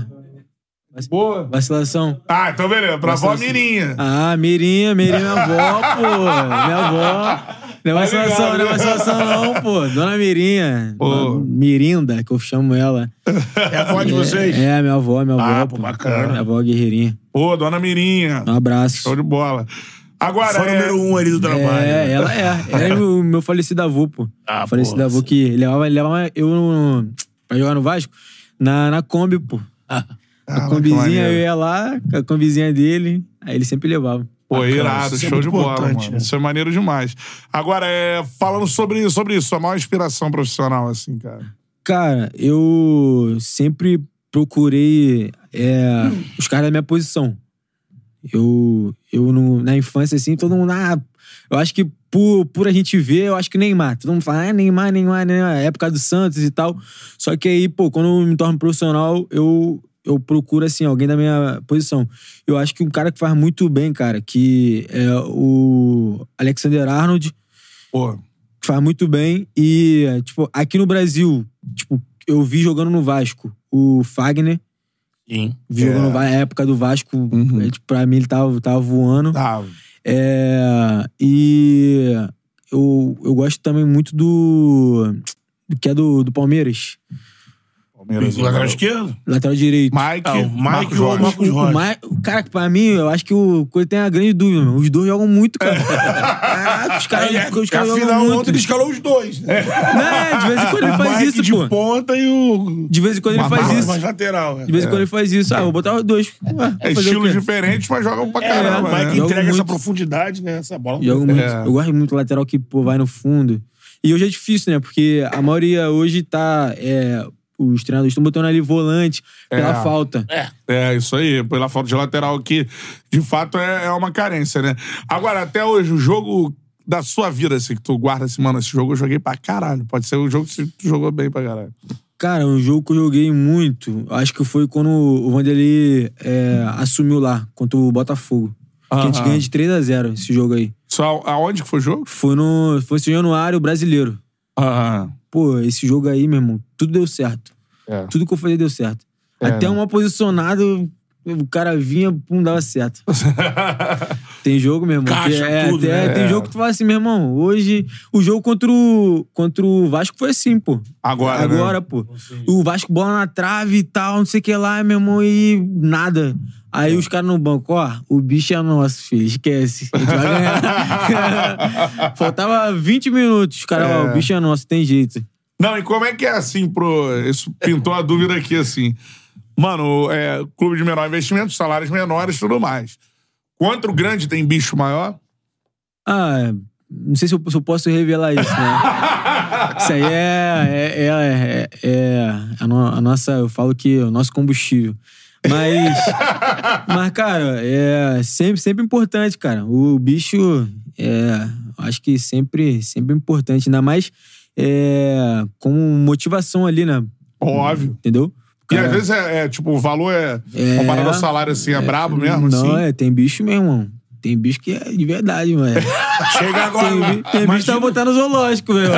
Boa. Vacilação. Ah, então beleza. Pra vó Mirinha. Ah, Mirinha, Mirinha, minha avó, pô. Minha avó. Não é vacilação, ligado, não né? é vacilação, não, pô. Dona Mirinha. Pô. Mirinda, que eu chamo ela. É a voz de vocês? É, minha avó, minha avó. Ah, pô, bacana. Minha avó guerreirinha. Ô, dona Mirinha. Um abraço. Show de bola. Agora Foi o é... número um ali do trabalho. É, ela é. Ela é o meu falecido avô, pô. Ah, falecido pô, avô que ele levava, ele levava eu no- pra jogar no Vasco na, na Kombi, pô. Ah, a que combizinha, maneiro. eu ia lá, com a combizinha dele. Aí ele sempre levava. Pô, Bacana, irado, isso é show de muito bola, importante, mano. né? Isso é maneiro demais. Agora, é, falando sobre, sobre isso, a maior inspiração profissional, assim, cara. Cara, eu sempre procurei é, os caras da minha posição. Eu, eu no- na infância, assim, todo mundo. Ah, eu acho que por, por a gente ver, eu acho que Neymar. Todo mundo fala, ah, Neymar, Neymar, Neymar, é época do Santos e tal. Só que aí, pô, quando eu me torno profissional, eu, eu procuro, assim, alguém da minha posição. Eu acho que um cara que faz muito bem, cara, que é o Alexander Arnold Pô, que faz muito bem. E, tipo, aqui no Brasil, tipo, eu vi jogando no Vasco o Fagner. Sim. É. Uhum. é, Vi jogando no Va- a época do Vasco. É, tipo, pra mim, ele tava, tava voando. tá. É, e eu, eu gosto também muito do. do que é do, do Palmeiras. Palmeiras. Lateral esquerdo? Lateral direito. Mike, Ah, o Mike Marcos ou o Rocha. Marcos O- o Ma- o cara, que pra mim, eu acho que o Coisa tem a grande dúvida, mano. Os dois jogam <laughs> muito, cara. Caraca, os caras é, os caras jogam Afinal, muito. ontem ele escalou os dois. né? Não, é, de vez em <laughs> quando ele faz Mike isso, de pô. ponta e o... De vez em quando ele Ah, faz Mas isso. mais tá. lateral. né? De vez em quando ele faz isso. Ah, vou botar os dois. Ué, vou fazer É o estilos quê? diferentes, mas jogam pra É, caramba. o Mike Joga né? entrega muito. essa profundidade, né? Essa bola. Jogo muito. É. Eu gosto muito do lateral que pô, vai no fundo. E hoje é difícil, né? Porque a maioria hoje tá. é, os treinadores estão botando ali volante pela É. falta. É. É, isso aí, pela falta de lateral que, de fato, é, é uma carência, né? Agora, até hoje, o jogo da sua vida, assim, que tu guarda assim, mano, esse jogo eu joguei pra caralho. Pode ser um jogo que tu jogou bem pra caralho. Cara, um jogo que eu joguei muito, acho que foi quando o Vanderlei é, assumiu lá, contra o Botafogo. Que a gente Aham. ganha de 3 a 0 esse jogo aí. Só aonde que foi o jogo? Foi no. Foi esse Januário brasileiro. Aham. Pô, esse jogo aí, meu irmão, tudo deu certo. É. Tudo que eu fazia deu certo. Até uma posicionada, o cara vinha, pum, dava certo. tem jogo, meu irmão. que Caixa, é, tudo, até- né? Tem É. jogo que tu fala assim, meu irmão, hoje. O jogo contra o, contra o Vasco foi assim, pô. Agora, né? Agora, pô. O Vasco bola na trave e tal, não sei o que lá, meu irmão, e nada. Aí os caras no banco, ó, o bicho é nosso, filho, esquece. A gente vai ganhar. <laughs> Faltava 20 minutos, os caras, ó, o bicho é nosso, tem jeito. Não, e como é que é assim, pro. Isso pintou a dúvida aqui, assim. Mano, é, clube de menor investimento, salários menores tudo mais. Quanto grande tem bicho maior? Ah, não sei se eu, se eu posso revelar isso, né? <laughs> isso aí é, é, é, é- é a, no- a nossa, eu falo que é o nosso combustível. Mas, <laughs> mas cara, é sempre, sempre importante, cara. O bicho é, acho que sempre, sempre importante. Ainda mais é, como motivação ali, né? Óbvio. Entendeu? E Cara, às vezes é, é, tipo, o valor é. É. Comparado ao salário, assim, é, brabo mesmo? Não, assim? é, tem bicho mesmo, irmão. Tem bicho que é de verdade, mano. Chega agora. Tem, bi- tem bicho que tá imagina- botando zoológico, <laughs> meu.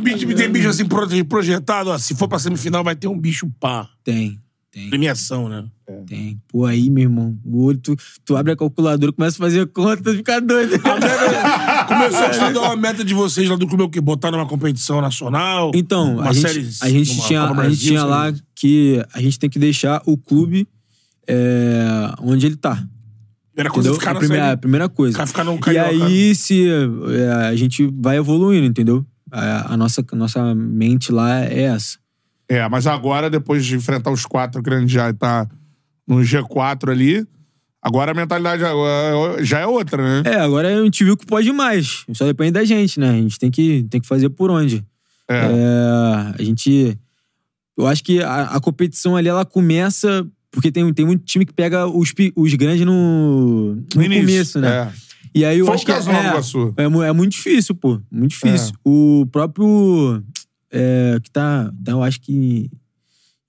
Tem bicho, tem bicho assim proje- projetado, ó. Se for pra semifinal, vai ter um bicho pá. tem, tem, Premiação, né? tem. Pô, aí, meu irmão, o olho, tu, tu abre a calculadora, começa a fazer conta, fica doido. Começou a estudar uma meta de vocês lá do clube, é o quê? Botar numa competição nacional? Então, uma a gente, série, a gente uma tinha, Copa a gente Brasil, tinha série- lá que a gente tem que deixar o clube é, onde ele tá. Primeira coisa Entendeu? é ficar a na primeira, a série. primeira coisa. Ficar- ficar no e Carioca. aí, se é, a gente vai evoluindo, entendeu? A, a nossa, a nossa mente lá é essa. É, mas agora, depois de enfrentar os quatro grandes já e tá no G4 ali, agora a mentalidade agora já é outra, né? É, agora a gente viu que pode mais. Só depende da gente, né? A gente tem que, tem que fazer por onde. É. É, a gente. Eu acho que a, a competição ali, ela começa. Porque tem, tem muito time que pega os, pe- os grandes no, no começo, né? É. E aí eu Foi o acho que. caso do Nova Iguaçu. é, mu- é muito difícil, pô. Muito É. difícil. O próprio. é, que tá, tá, Eu acho que. Em,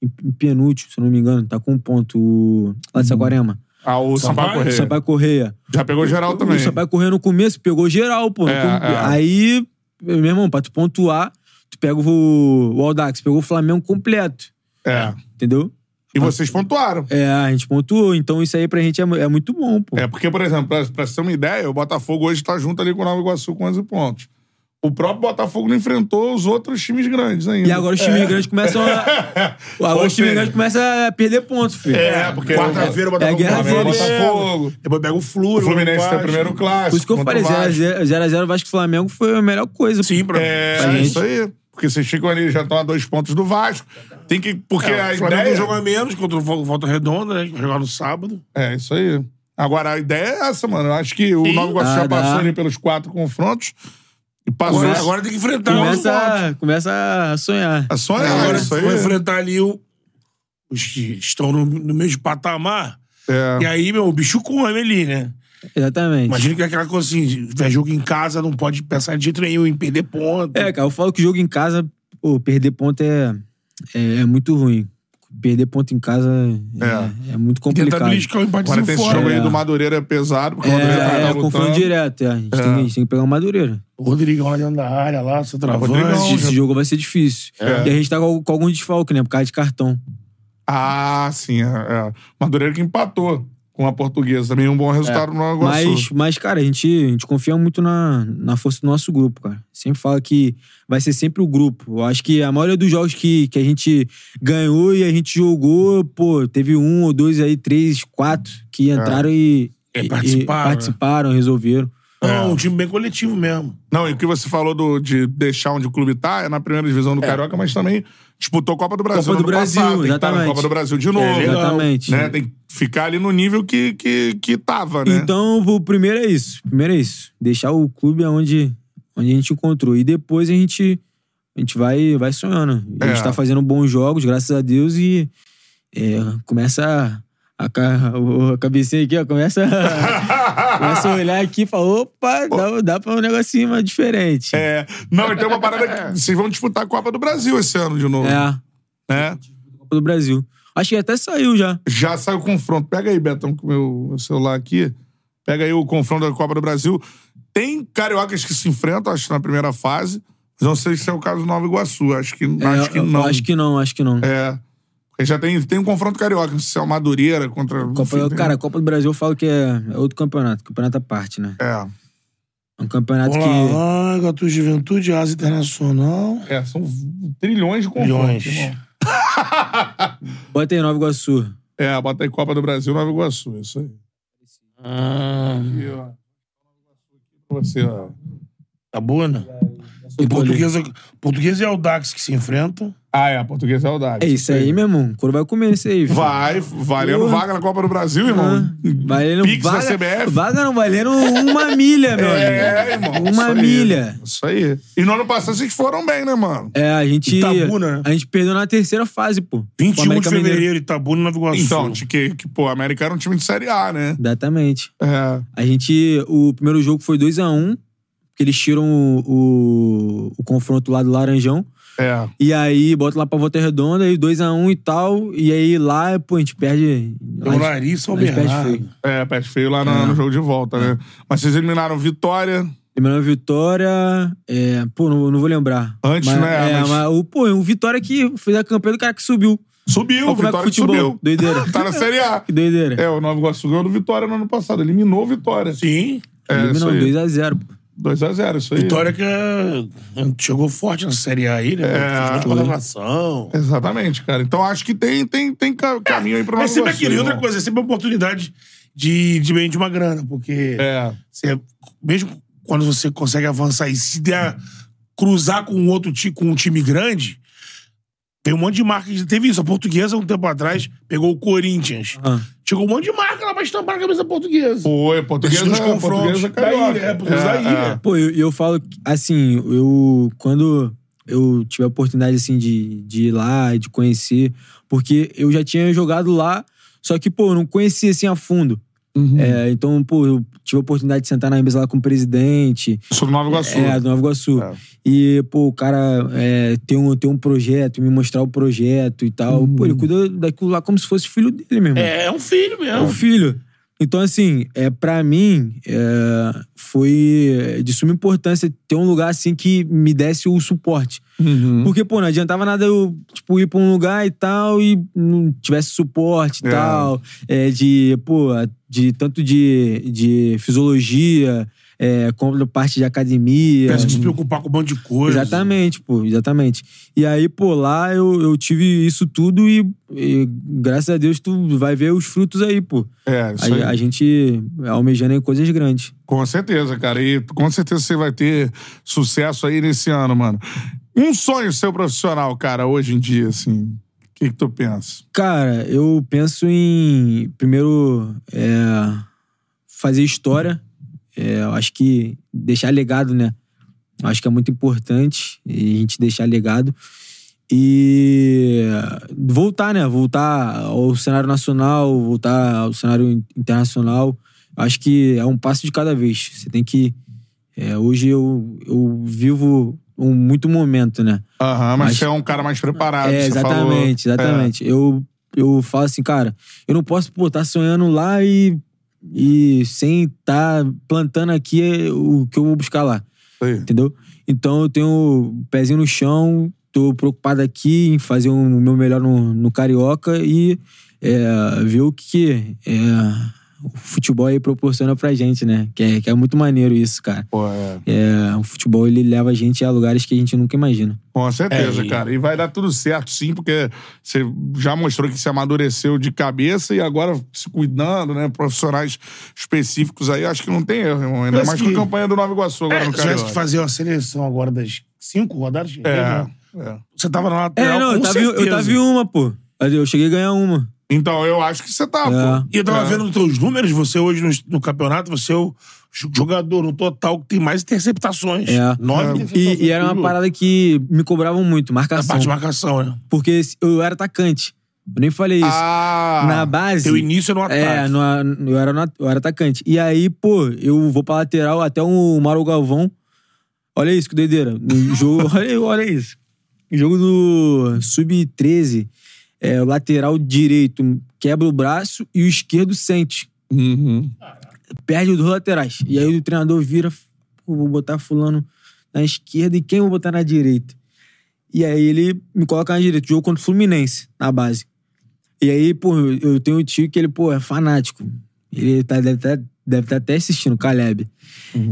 em penúltimo, se eu não me engano, tá com um ponto. O, lá de Saquarema. Ah, Uhum. o Sampaio Sampaio? Correia. Sampaio Correia. Já pegou geral também. O Sampaio correndo no começo, pegou geral, pô. É, No com- é. Aí, meu irmão, pra tu pontuar, tu pega o, o Aldax, pegou o Flamengo completo, É. entendeu? E vocês pontuaram. É, a gente pontuou, então isso aí pra gente é, mu- é muito bom, pô. É, porque, por exemplo, pra, pra você ter uma ideia, o Botafogo hoje tá junto ali com o Nova Iguaçu com 11 pontos. O próprio Botafogo não enfrentou os outros times grandes ainda. E agora os É. times grandes <laughs> começam a. Agora Ou os times seja- grandes começam a perder pontos, filho. É, porque Quarta-feira, o É Botafogo. guerra pega o fria, Botafogo. Depois pega o Flu. O Fluminense depois tem o primeiro clássico. Por isso que eu contra falei, o Vasco. 0x0 Vasco e Flamengo foi a melhor coisa. Sim, pra... É, Pra gente. isso aí. Porque vocês ficam ali, já estão a dois pontos do Vasco. Tem que. Porque É, a o Flamengo ideia. joga menos contra o Vol- Volta Redonda, né? Jogar no sábado. É, isso aí. Agora, a ideia é essa, mano. Eu acho que o Nova Iguaçu já Ah, Dá, dá. passou ali pelos quatro confrontos. E passou. Agora, Agora, agora tem que enfrentar os Começa, Ah, começa a sonhar. é só pontos. errar Agora isso aí. vai enfrentar ali o- os que estão no, no mesmo patamar. É. E aí, meu, o bicho come ali, né? Exatamente. Imagina que é aquela coisa assim, se tiver jogo em casa, não pode pensar de jeito nenhum em perder ponto. É, cara, eu falo que jogo em casa, pô, perder ponto é, é, é muito ruim. Perder ponto em casa é, é muito tentar complicado. Agora beliscar o é um empatezinho tem esse fora. jogo aí É. do Madureira pesado, porque É, o né? tá Madureira vai é, estar confronto lutando. direto, é. A gente, Tem, a gente tem que pegar o Madureira. O Rodrigão lá dentro da área, lá, Rodrigão. centroavante. Esse jogo vai ser difícil. É. E a gente tá com, com algum desfalque, né? Por causa de cartão. Ah, sim. É, é. Madureira que empatou. com a portuguesa também, um bom resultado no Nova Iguaçu. É. Mas, mas, cara, a gente, a gente confia muito na, na força do nosso grupo, cara. Sempre fala que vai ser sempre o grupo. Eu acho que a maioria dos jogos que, que a gente ganhou e a gente jogou, pô, teve um ou dois aí, três, quatro que entraram e, E e- e É. participaram, né? participaram, resolveram. Não, um time bem coletivo mesmo. É. Não, e o que você falou do- de deixar onde o clube tá é na primeira divisão do Carioca, mas também disputou Copa do Brasil Copa do no ano Brasil, passado. Tem que tá na exatamente. É Copa do Brasil de novo. legal. Exatamente. né? Tem que ficar ali no nível que, que, que tava, <laughs> né? Então, o primeiro é isso. O primeiro é isso. Deixar o clube aonde, onde a gente encontrou. E depois a gente, a gente vai, vai sonhando. E A É. gente tá fazendo bons jogos, graças a Deus, e é, começa a, a, ca- o- a cabecinha aqui, ó, começa <laughs> a, começa a olhar aqui e fala, opa, dá, dá pra um negocinho mais diferente. É. É. Não, e tem uma parada que vocês vão disputar a Copa do Brasil esse ano de novo. Né? É. Copa do Brasil. Acho que até saiu já. Já saiu o confronto. Pega aí, Betão, com o meu celular aqui. Pega aí o confronto da Copa do Brasil. Tem cariocas que se enfrentam, acho, na primeira fase. Mas não sei se é o caso do Nova Iguaçu. Acho que, acho É, que eu- não. Acho que não, acho que não. É. Porque já tem, tem um confronto carioca, não sei se é o Madureira contra. Copa- é enfim, tem- cara, a Copa do Brasil eu falo que é, é outro campeonato, campeonato à parte, né? É. É um campeonato Olá, que. lá, Gatu Juventude, Asa Internacional. É, são trilhões de confrontos. Milhões. irmão. Bota aí Nova Iguaçu. É, bota aí Copa do Brasil, Nova Iguaçu, é isso aí. Ah, E, ó, Nova Iguaçu aqui pra você, ó. tá boa, né? E portuguesa, portuguesa e Aldax que se enfrentam. Ah, é, português é o Davi. É isso aí, meu irmão. Quando vai comer isso aí, filho. Vai, valendo Porra. vaga na Copa do Brasil, irmão. Ah, valendo Pix da vaga, CBF. Vaga não, valendo uma milha, meu <laughs> né? É, amigo. irmão. Uma isso aí. milha. Isso aí. E no ano passado vocês foram bem, né, mano? É, a gente. Itabuna, né? A gente perdeu na terceira fase, pô. Pro 21 de América Mineiro. fevereiro, Itabuna, Nova Iguaçu. Então, de que, que, pô, a América era um time de Série A, né? Exatamente. É. A gente. O primeiro jogo foi 2x1. porque eles tiram o, o, o confronto lá do Laranjão. É. E aí, bota lá pra volta redonda, aí 2x1 e tal. E aí lá, pô, a gente perde. lá a gente- Urari e São lá a gente perde Bernardo. feio. É, pé feio lá na- no, jogo de volta, né? É. Mas vocês eliminaram Vitória. Primeira É vitória. é, pô, não, não vou lembrar. Antes, Mas- né, É, mas- mas... o, pô, o Vitória que fez a campanha do cara que subiu. Subiu, Olha como é que Vitória é que futebol. subiu. Doideira. <laughs> Tá na Série A. Que doideira. É, o Nova Iguaçu ganhou do Vitória no ano passado. Eliminou o Vitória. Sim. É, isso Eliminou aí. 2x0, pô. 2x0, isso aí. Vitória que é, chegou forte na Série A aí, né? É, É, colocação. Exatamente, cara. Então acho que tem, tem, tem ca- caminho aí pro Nova Mas sempre Iguaçu, aquele, outra irmão. coisa, é sempre uma oportunidade de, de bem de uma grana, porque É. você- mesmo quando você consegue avançar e se der cruzar com outro ti- com um time grande, tem um monte de marca. que Teve isso, a portuguesa um tempo atrás pegou o Corinthians. Ah. Chegou um monte de marca lá pra estampar a cabeça portuguesa. Foi, portuguesa, Esses dois confrontos. portuguesa carioca. Da ilha, é, portuguesa da ilha. Pô, e eu, eu falo, que, assim, eu. Quando eu tive a oportunidade, assim, de, de ir lá e de conhecer, porque eu já tinha jogado lá, só que, pô, eu não conhecia, assim, a fundo. É, então, pô, eu tive a oportunidade de sentar na mesa lá com o presidente, é. Sobre Nova Iguaçu. É, do Nova Iguaçu. É. E, pô, o cara é, tem, um, tem um projeto, me mostrar o projeto e tal. Pô, ele cuida daquilo lá como se fosse filho dele mesmo. É, é um filho É um mesmo. filho. Então, assim, é, para mim, é, foi de suma importância ter um lugar assim que me desse o suporte. Porque, pô, não adiantava nada eu, tipo, ir pra um lugar e tal e não tivesse suporte e É. tal. É, de, pô, de tanto de, de fisiologia, é, como da parte de academia. Parece que se preocupar com um monte de coisa. Exatamente, pô, exatamente. E aí, pô, lá eu, eu tive isso tudo e, e graças a Deus tu vai ver os frutos aí, pô. É, A, isso aí. a gente almejando em coisas grandes. Com certeza, cara. E com certeza você vai ter sucesso aí nesse ano, mano. Um sonho seu profissional, cara, hoje em dia, assim. O que, que tu pensa? Cara, eu penso em primeiro é, fazer história. É, eu acho que deixar legado, né? Eu Acho que é muito importante e a gente deixar legado. E voltar, né? Voltar ao cenário nacional, voltar ao cenário in- internacional. Eu Acho que é um passo de cada vez. Você tem que. é, hoje eu, eu vivo um muito momento, né? Aham, mas, Mas- você é um cara mais preparado. É, você falou. exatamente, exatamente. Eu, eu falo assim, cara, eu não posso estar sonhando lá e, e sem estar plantando aqui é o que eu vou buscar lá, É, isso aí. entendeu? Então eu tenho o pezinho no chão, tô preocupado aqui em fazer o meu melhor no, no Carioca e é, ver o que é, o futebol aí proporciona pra gente, né? Que é, que é muito maneiro isso, cara. Pô, é. É, o futebol ele leva a gente a lugares que a gente nunca imagina. Com certeza, É, e- cara. E vai dar tudo certo, sim, porque você já mostrou que se amadureceu de cabeça e agora se cuidando, né? Profissionais específicos aí, acho que não tem erro, irmão. Ainda Parece mais com a que- campanha do Nova Iguaçu agora no Se cara. tivesse que fazer uma seleção agora das cinco rodadas, que teve, É, né? é. você tava na É, lateral. não, com eu tava, em- eu certeza. tava em uma, pô. Eu cheguei a ganhar uma. Então, eu acho que você tá, É. pô. E eu tava É. vendo os teus números, você hoje no, no campeonato, você é o jo- jogador no total que tem mais interceptações. É. Nove interceptações E, e era por uma jogo. parada que me cobravam muito, Na marcação. parte de marcação, né? Porque se- eu era atacante. Eu nem falei isso. Ah, Na base. Teu início é no ataque. É, no, eu, era no- eu era atacante. E aí, pô, eu vou pra lateral até o Mauro Galvão. Olha isso, que doideira. No <laughs> jogo, olha, olha isso. No Jogo do Sub-13, é, o lateral direito quebra o braço e o esquerdo sente. Perde os dois laterais. E aí o treinador vira, pô, vou botar fulano na esquerda e quem eu vou botar na direita? E aí ele me coloca na direita. Jogo contra o Fluminense, na base. E aí, pô, eu eu tenho um tio que ele, pô, é fanático. Ele tá, deve estar deve tá até assistindo, o Caleb.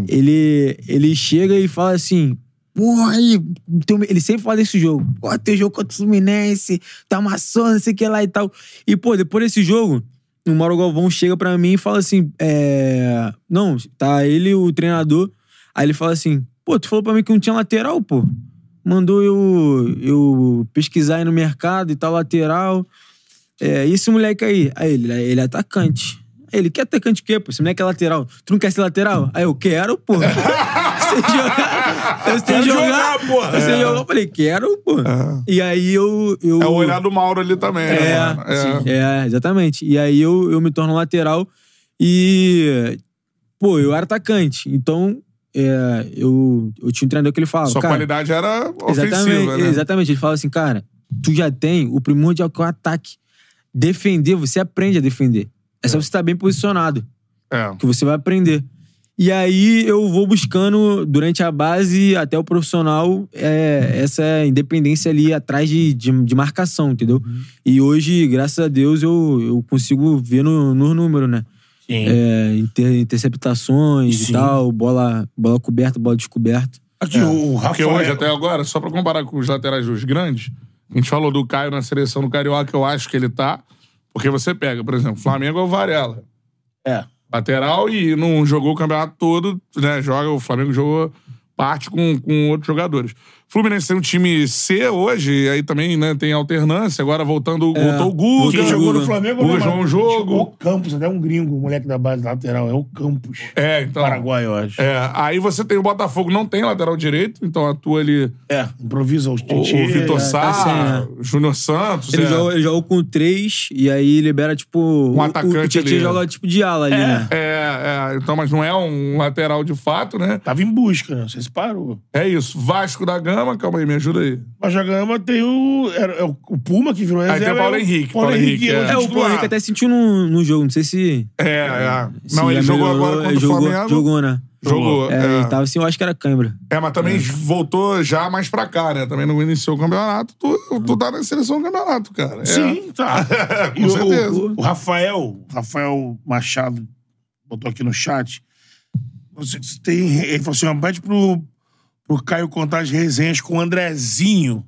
Ele, ele chega e fala assim. Porra, aí, teu- ele sempre fala desse jogo. Pô, tem jogo contra o Fluminense, tá maçã, não sei o que lá e tal. E, pô, depois desse jogo, o Mauro Galvão chega pra mim e fala assim: é. Não, tá ele, o treinador. Aí ele fala assim: pô, tu falou pra mim que não tinha lateral, pô. Mandou eu, eu pesquisar aí no mercado e tal, lateral. É, e esse moleque aí? Aí ele, ele é atacante. Aí ele, que atacante o quê, pô? Esse moleque é lateral. Tu não quer ser lateral? Aí eu, quero, pô. <laughs> Sem jogar. Eu sei Quero jogar, jogar, porra. Eu sei jogar. Eu falei, quero, pô. E aí eu... eu Ah. é o olhar do Mauro ali também. né, é, mano? É. sim, é, exatamente. E aí eu, eu me torno lateral e. Pô, eu era atacante. Então, é, eu, eu tinha um treinador que ele falava. Sua cara, qualidade era ofensiva, exatamente, né? exatamente. Ele falava assim, cara, tu já tem o primordial que é o ataque. Defender, você aprende a defender. É só você estar bem posicionado É. que você vai aprender. E aí eu vou buscando, durante a base até o profissional, é, essa independência ali atrás de, de, de marcação, entendeu? E hoje, graças a Deus, eu, eu consigo ver no, no número, né? Sim. É, inter- interceptações e Sim. tal, bola, bola coberta, bola descoberta. Aqui, o Porque Rafael... hoje, até agora, só pra comparar com os laterais dos grandes, a gente falou do Caio na seleção do Carioca, eu acho que ele tá. Porque você pega, por exemplo, Flamengo é o Varela. É. Lateral e não jogou o campeonato todo, né? Joga, o Flamengo jogou parte com, com outros jogadores. Fluminense tem um time C hoje, e aí também né, tem alternância. Agora voltando, voltou o Guga. voltou Quem o jogou no É. Guga. Flamengo... Guga né, jogou mano? um jogo. O Campos, até um gringo, o moleque da base lateral. É o Campos. É, então. Paraguai, eu acho. É, aí você tem o Botafogo, não tem lateral direito, então atua ali É, improvisa os o, o Vitor é, Sá, tá sem, Júnior Santos. Ele, é. joga, ele joga com três e aí libera, tipo. Um O, o atacante Tietchan ali. né? joga tipo de ala ali, né? É, é, então, mas não é um lateral de fato, né? Tava em busca, né? Você se parou. É isso. Vasco da Gama, calma aí, me ajuda aí. Mas a Gama tem o. era- é o o Puma que virou reserva. tem o Paulo é Henrique, Paulo Paulo Henrique. Henrique, é. o É, o Paulo titular. Henrique até sentiu no, no jogo, não sei se. É, é. se Não, ele já jogou melhorou. agora Ele contra o jogou, Flamengo. Jogou. Jogou, né? É, É, ele tava assim, eu acho que era câimbra. É, mas também voltou já mais pra cá, né? Também não iniciou o campeonato. Tu, tu tá na seleção do campeonato, cara. É. Sim, tá. <laughs> Com certeza. o, o Rafael, Rafael Machado, botou aqui no chat. Você você tem, ele falou assim: ó, pede pro, pro Caio contar as resenhas com o Andrezinho,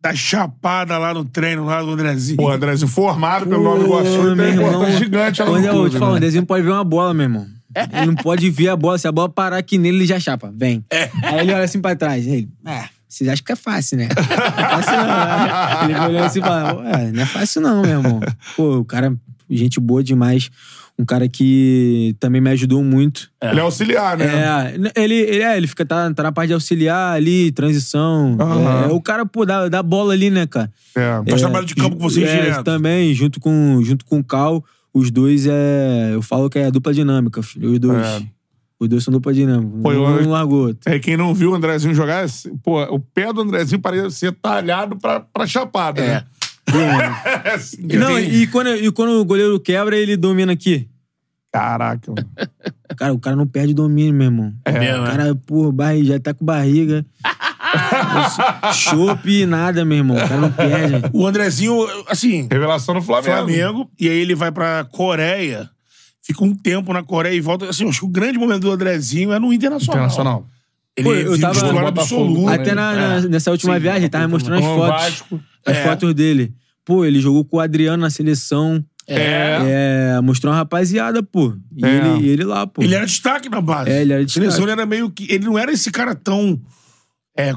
da Chapada lá no treino, lá do Andrezinho. Pô, Andrézinho, formado pelo Nova Ô, Iguaçu, meu tem irmão. importância gigante lá no é Olha, eu vou te clube, falar, o né? Dezinho não pode ver uma bola, meu irmão. Ele não pode ver a bola. Se a bola parar aqui nele, ele já chapa. Vem. É. Aí ele olha assim pra trás. Ele, é, vocês acham que é fácil, né? Não é fácil não. né?" Ele olhou assim e falou, ué, não é fácil não, meu irmão. Pô, o cara, gente boa demais. Um cara que também me ajudou muito. Ele é auxiliar, né? É, n- ele, ele, é, ele fica, tá, tá na parte de auxiliar ali, transição. Aham. É, o cara, pô, dá, dá bola ali, né, cara? É. Faz trabalho de campo com vocês É, direto. também, junto com, junto com o Cal, os dois é. Eu falo que é a dupla dinâmica, filho. Os dois. É. Os dois são dupla dinâmica. Pô, eu- um não largou <laughs> o outro. É, quem não viu o Andrezinho jogar, esse- pô, o pé do Andrezinho parecia ser talhado pra, pra chapada, É. né? É assim, Não, assim. e quando, e quando o goleiro quebra, ele domina aqui. Caraca, mano. Cara, o cara não perde o domínio, meu irmão. É. É. mesmo, o né? cara, pô, barri- já tá com barriga. Chope e nada, meu irmão. O cara não perde. O Andrezinho, assim, Revelação no Flamengo. Flamengo, e aí ele vai pra Coreia, fica um tempo na Coreia e volta. Assim, eu acho que o grande momento do Andrezinho é no Internacional. Internacional. Ele Pô, eu vira tava- titular Botafogo, absoluto. né? Até na- É. na- nessa última Sim, é, viagem, ele tava muito mostrando as bom. fotos. As É. fotos dele. Pô, ele jogou com o Adriano na seleção. É. É, mostrou uma rapaziada, pô. E É. ele, e ele lá, pô. Ele era destaque na base. É, ele era A Seleção, destaque. ele era meio que. Ele não era esse cara tão. É,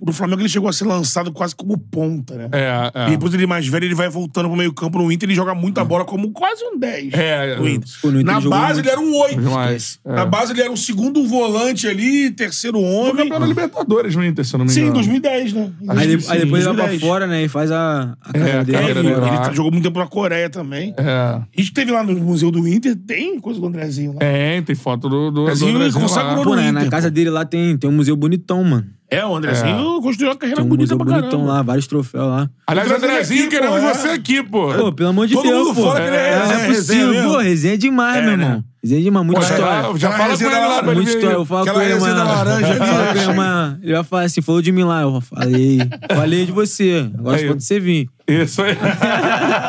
no Flamengo ele chegou a ser lançado quase como ponta, né? É, é. E depois ele mais velho, ele vai voltando pro meio-campo no Inter, ele joga muita bola como quase um 10. É, no é. Inter. Pô, no Inter Na ele jogou base muito. ele era um 8. Demais. Na base ele era o segundo volante ali, terceiro Foi homem. campeão da Libertadores no Inter, se eu não me Sim, em engano. 2010, né? Em Aí, de- 2010. aí depois ele vai pra 2010. fora, né? E faz a, a a É, carreira dele. carreira lá dele fora. lá. Ele tá- jogou muito tempo na Coreia também. É. A gente teve lá no Museu do Inter, tem coisa do Andrezinho lá. É, tem foto do. do, Brasil do Andrezinho consagrou lá. Pô, né, Inter, na pô. casa dele lá tem, tem um museu bonitão, mano. É, o Andrezinho construiu uma carreira Tem um bonita museu pra bonitão caramba. lá, vários troféus lá. Aliás, Traz ele Andrezinho, né? aqui, pô, queremos é. você aqui, pô. Pô, pelo amor de Todo Deus, mundo pô. fala que ele é Não resenha, é possível, resenha mesmo. pô. Resenha é demais, É, meu né? irmão. Resenha é demais, muita Pô, já- história. Já Aquela fala com resenha ele da lá laranja. pra ele Muita vir. é história. Eu falo Aquela com ele, resenha mano. da <laughs> laranja Eu ali, falo com ele, achei. mano. Ele vai falar assim, falou de mim lá. Eu falei, falei de você. Agora Aí. pode você vir. Isso aí. <laughs>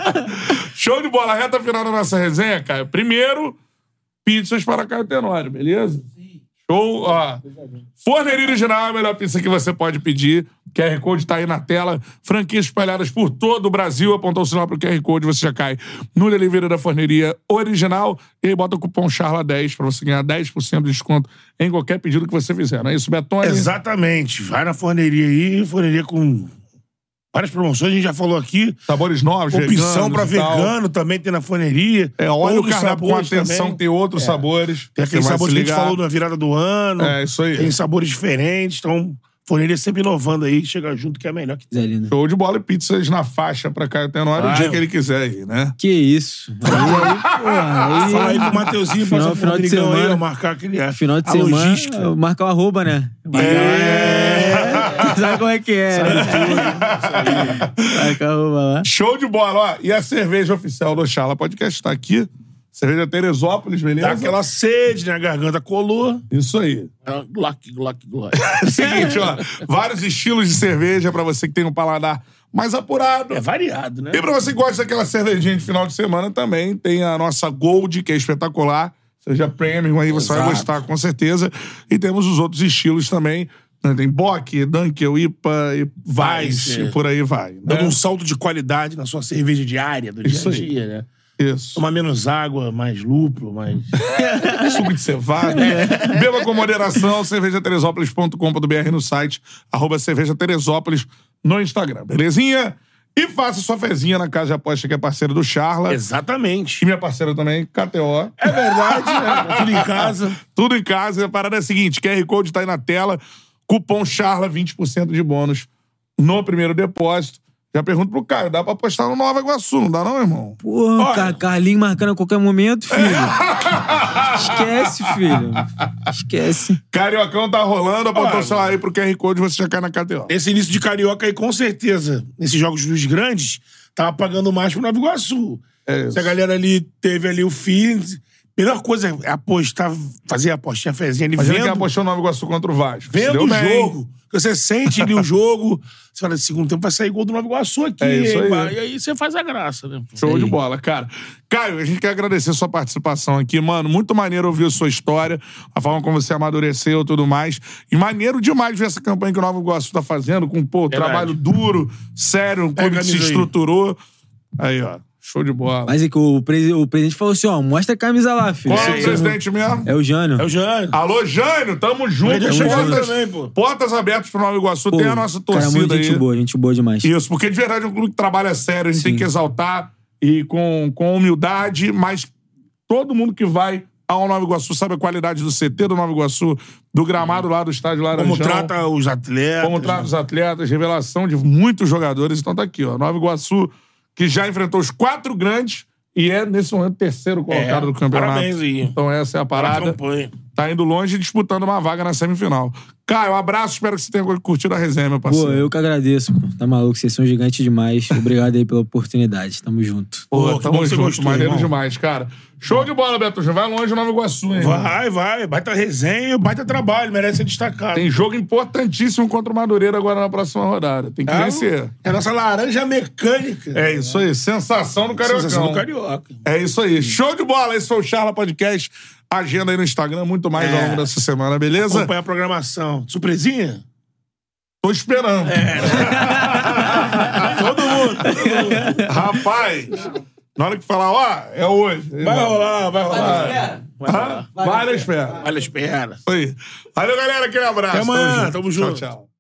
Show de bola. Reta final da nossa resenha, Caio. Primeiro, pizzas para Caio Tenório, beleza? Sim. Show, ó. Forneria Original é a melhor pizza que você pode pedir. QR Code tá aí na tela. Franquias espalhadas por todo o Brasil. Apontou o sinal pro QR Code, você já cai no delivery da Forneria Original. E aí bota o cupom CHARLA10 para você ganhar 10% de desconto em qualquer pedido que você fizer. Não é isso, Betone? Exatamente. Vai na forneria aí, forneria com várias promoções, a gente já falou aqui. Sabores novos, Opção veganos pra e tal. vegano também tem na forneria. É, olha o Outros cardápio com sabores atenção, também. tem outros sabores. Tem aquele Você vai sabor se que a gente ligar. falou na virada do ano. É, isso aí. Tem sabores diferentes, então forneria sempre inovando aí, chega junto que é a melhor que tem. Zé Lindo. Show de bola e pizzas na faixa pra Caio Tenório o Claro. dia que ele quiser aí, né? Que isso. Aí, aí, porra, aí- Fala aí pro Mateuzinho, Final- passa pro final de Rodrigão aí, semana. ó, marcar aquele a- Final de a semana, logística. eu marcar o arroba, <laughs> né? É. Sabe como é que é? né? Marcar o arroba lá. Show de bola, ó. E a cerveja oficial do Charla Podcast tá aqui. Cerveja Teresópolis, beleza? Dá aquela sede, né? A garganta colou. Isso aí. Glock, glock, glock. É o seguinte, ó. <laughs> Vários estilos de cerveja pra você que tem um paladar mais apurado. É variado, né? E pra você que gosta daquela cervejinha de final de semana, também tem a nossa Gold, que é espetacular. Seja premium aí, você vai Exato. gostar com certeza. E temos os outros estilos também. né? Tem Bock, Dunkel, IPA e Vice, Vice. e por aí vai. né? Dando um salto de qualidade na sua cerveja diária, do Isso dia a aí. dia, né? Isso. Tomar menos água, mais lúpulo, <laughs> mais. Suco de cevada. É. Beba com moderação, cervejateresópolis.com.br no site, arroba cervejateresópolis no Instagram, belezinha? E faça sua fezinha na casa de aposta que é parceira do Charla. E Exatamente. minha parceira também, KTO. É verdade, né? Tá Tudo em casa. <laughs> Tudo em casa. A parada é a seguinte: QR Code tá aí na tela. Cupom Charla, 20% de bônus no primeiro depósito. Já pergunto pro Caio: dá pra apostar no Nova Iguaçu? Não dá, não, irmão? Porra, Car Carlinho marcando a qualquer momento, filho. Esquece, filho. Esquece. Cariocão tá rolando, apontou Olha. o celular aí pro QR Code, você já cai na KTO. Esse início de carioca aí, com certeza, nesses jogos dos grandes, tava pagando mais pro Nova Iguaçu. É isso. Se a galera ali teve ali o fim. Melhor coisa é apostar, fazer a apostinha, a fezinha ali, Imagina vendo, que apostou no Nova Iguaçu contra é o Vasco. Se vendo deu o bem. jogo. que Você <laughs> sente ali o jogo, você fala, segundo tempo vai sair gol do Nova Iguaçu aqui. É isso hein, aí. pá?" E aí você faz a graça, né? pô? Show de bola, cara. Caio, a gente quer agradecer a sua participação aqui, mano. Muito maneiro ouvir a sua história, a forma como você amadureceu e tudo mais. E maneiro demais ver essa campanha que o Nova Iguaçu tá fazendo, com pô, Verdade. trabalho duro, sério, um clube Pega que se a camisa aí. estruturou. Aí, ó, show de bola. Mas é que o, presi- o presidente falou assim: ó, mostra a camisa lá, filho. Qual é o Você- presidente mesmo? É o Jânio. É o Jânio. Alô, Jânio, tamo junto. Jânio chegando portas, também, pô. portas abertas pro Nova Iguaçu, tem a nossa Cara, é torcida muito gente aí. boa, gente boa demais. Isso, porque de verdade é um clube que trabalha sério, a gente tem que exaltar tá? e com, com humildade, mas todo mundo que vai ao Nova Iguaçu sabe a qualidade do CT do Nova Iguaçu, do gramado lá do estádio Laranjão. Como trata os atletas. como trata os atletas, revelação de muitos jogadores. Então tá aqui, ó. Nova Iguaçu, que já enfrentou os quatro grandes e é, nesse momento, terceiro colocado do campeonato. É, Parabéns aí. Então essa é a Para a parada campanha. tá indo longe e disputando uma vaga na semifinal. Caio, um abraço. Espero que você tenha curtido a resenha, meu parceiro. Pô, eu que agradeço, pô. Tá maluco, vocês são gigantes demais. Obrigado aí pela oportunidade. Tamo junto. Pô, que tamo bom que você junto, gostou, maneiro irmão. demais, cara. Show de bola, Beto. Já vai longe Nova Iguaçu, hein? Vai, vai. Baita resenha, baita trabalho. Merece ser destacado. Tem jogo importantíssimo contra o Madureira agora na próxima rodada. Tem que É, vencer. É a nossa laranja mecânica. É isso aí. Sensação do Cariocão. Sensação do carioca. É isso aí. Show de bola. Esse foi o Charla Podcast. Agenda aí no Instagram, muito mais É. ao longo dessa semana, beleza? Acompanha a programação. Surpresinha? Tô esperando. É. <laughs> Todo mundo. todo mundo. <laughs> Rapaz, na hora que falar, ó, é hoje. Vai rolar, vai rolar. Hã? Vale, espera. Olha, espera. Isso aí. Valeu, galera. é Aquele abraço. Até amanhã. Tamo junto. Tchau, tchau.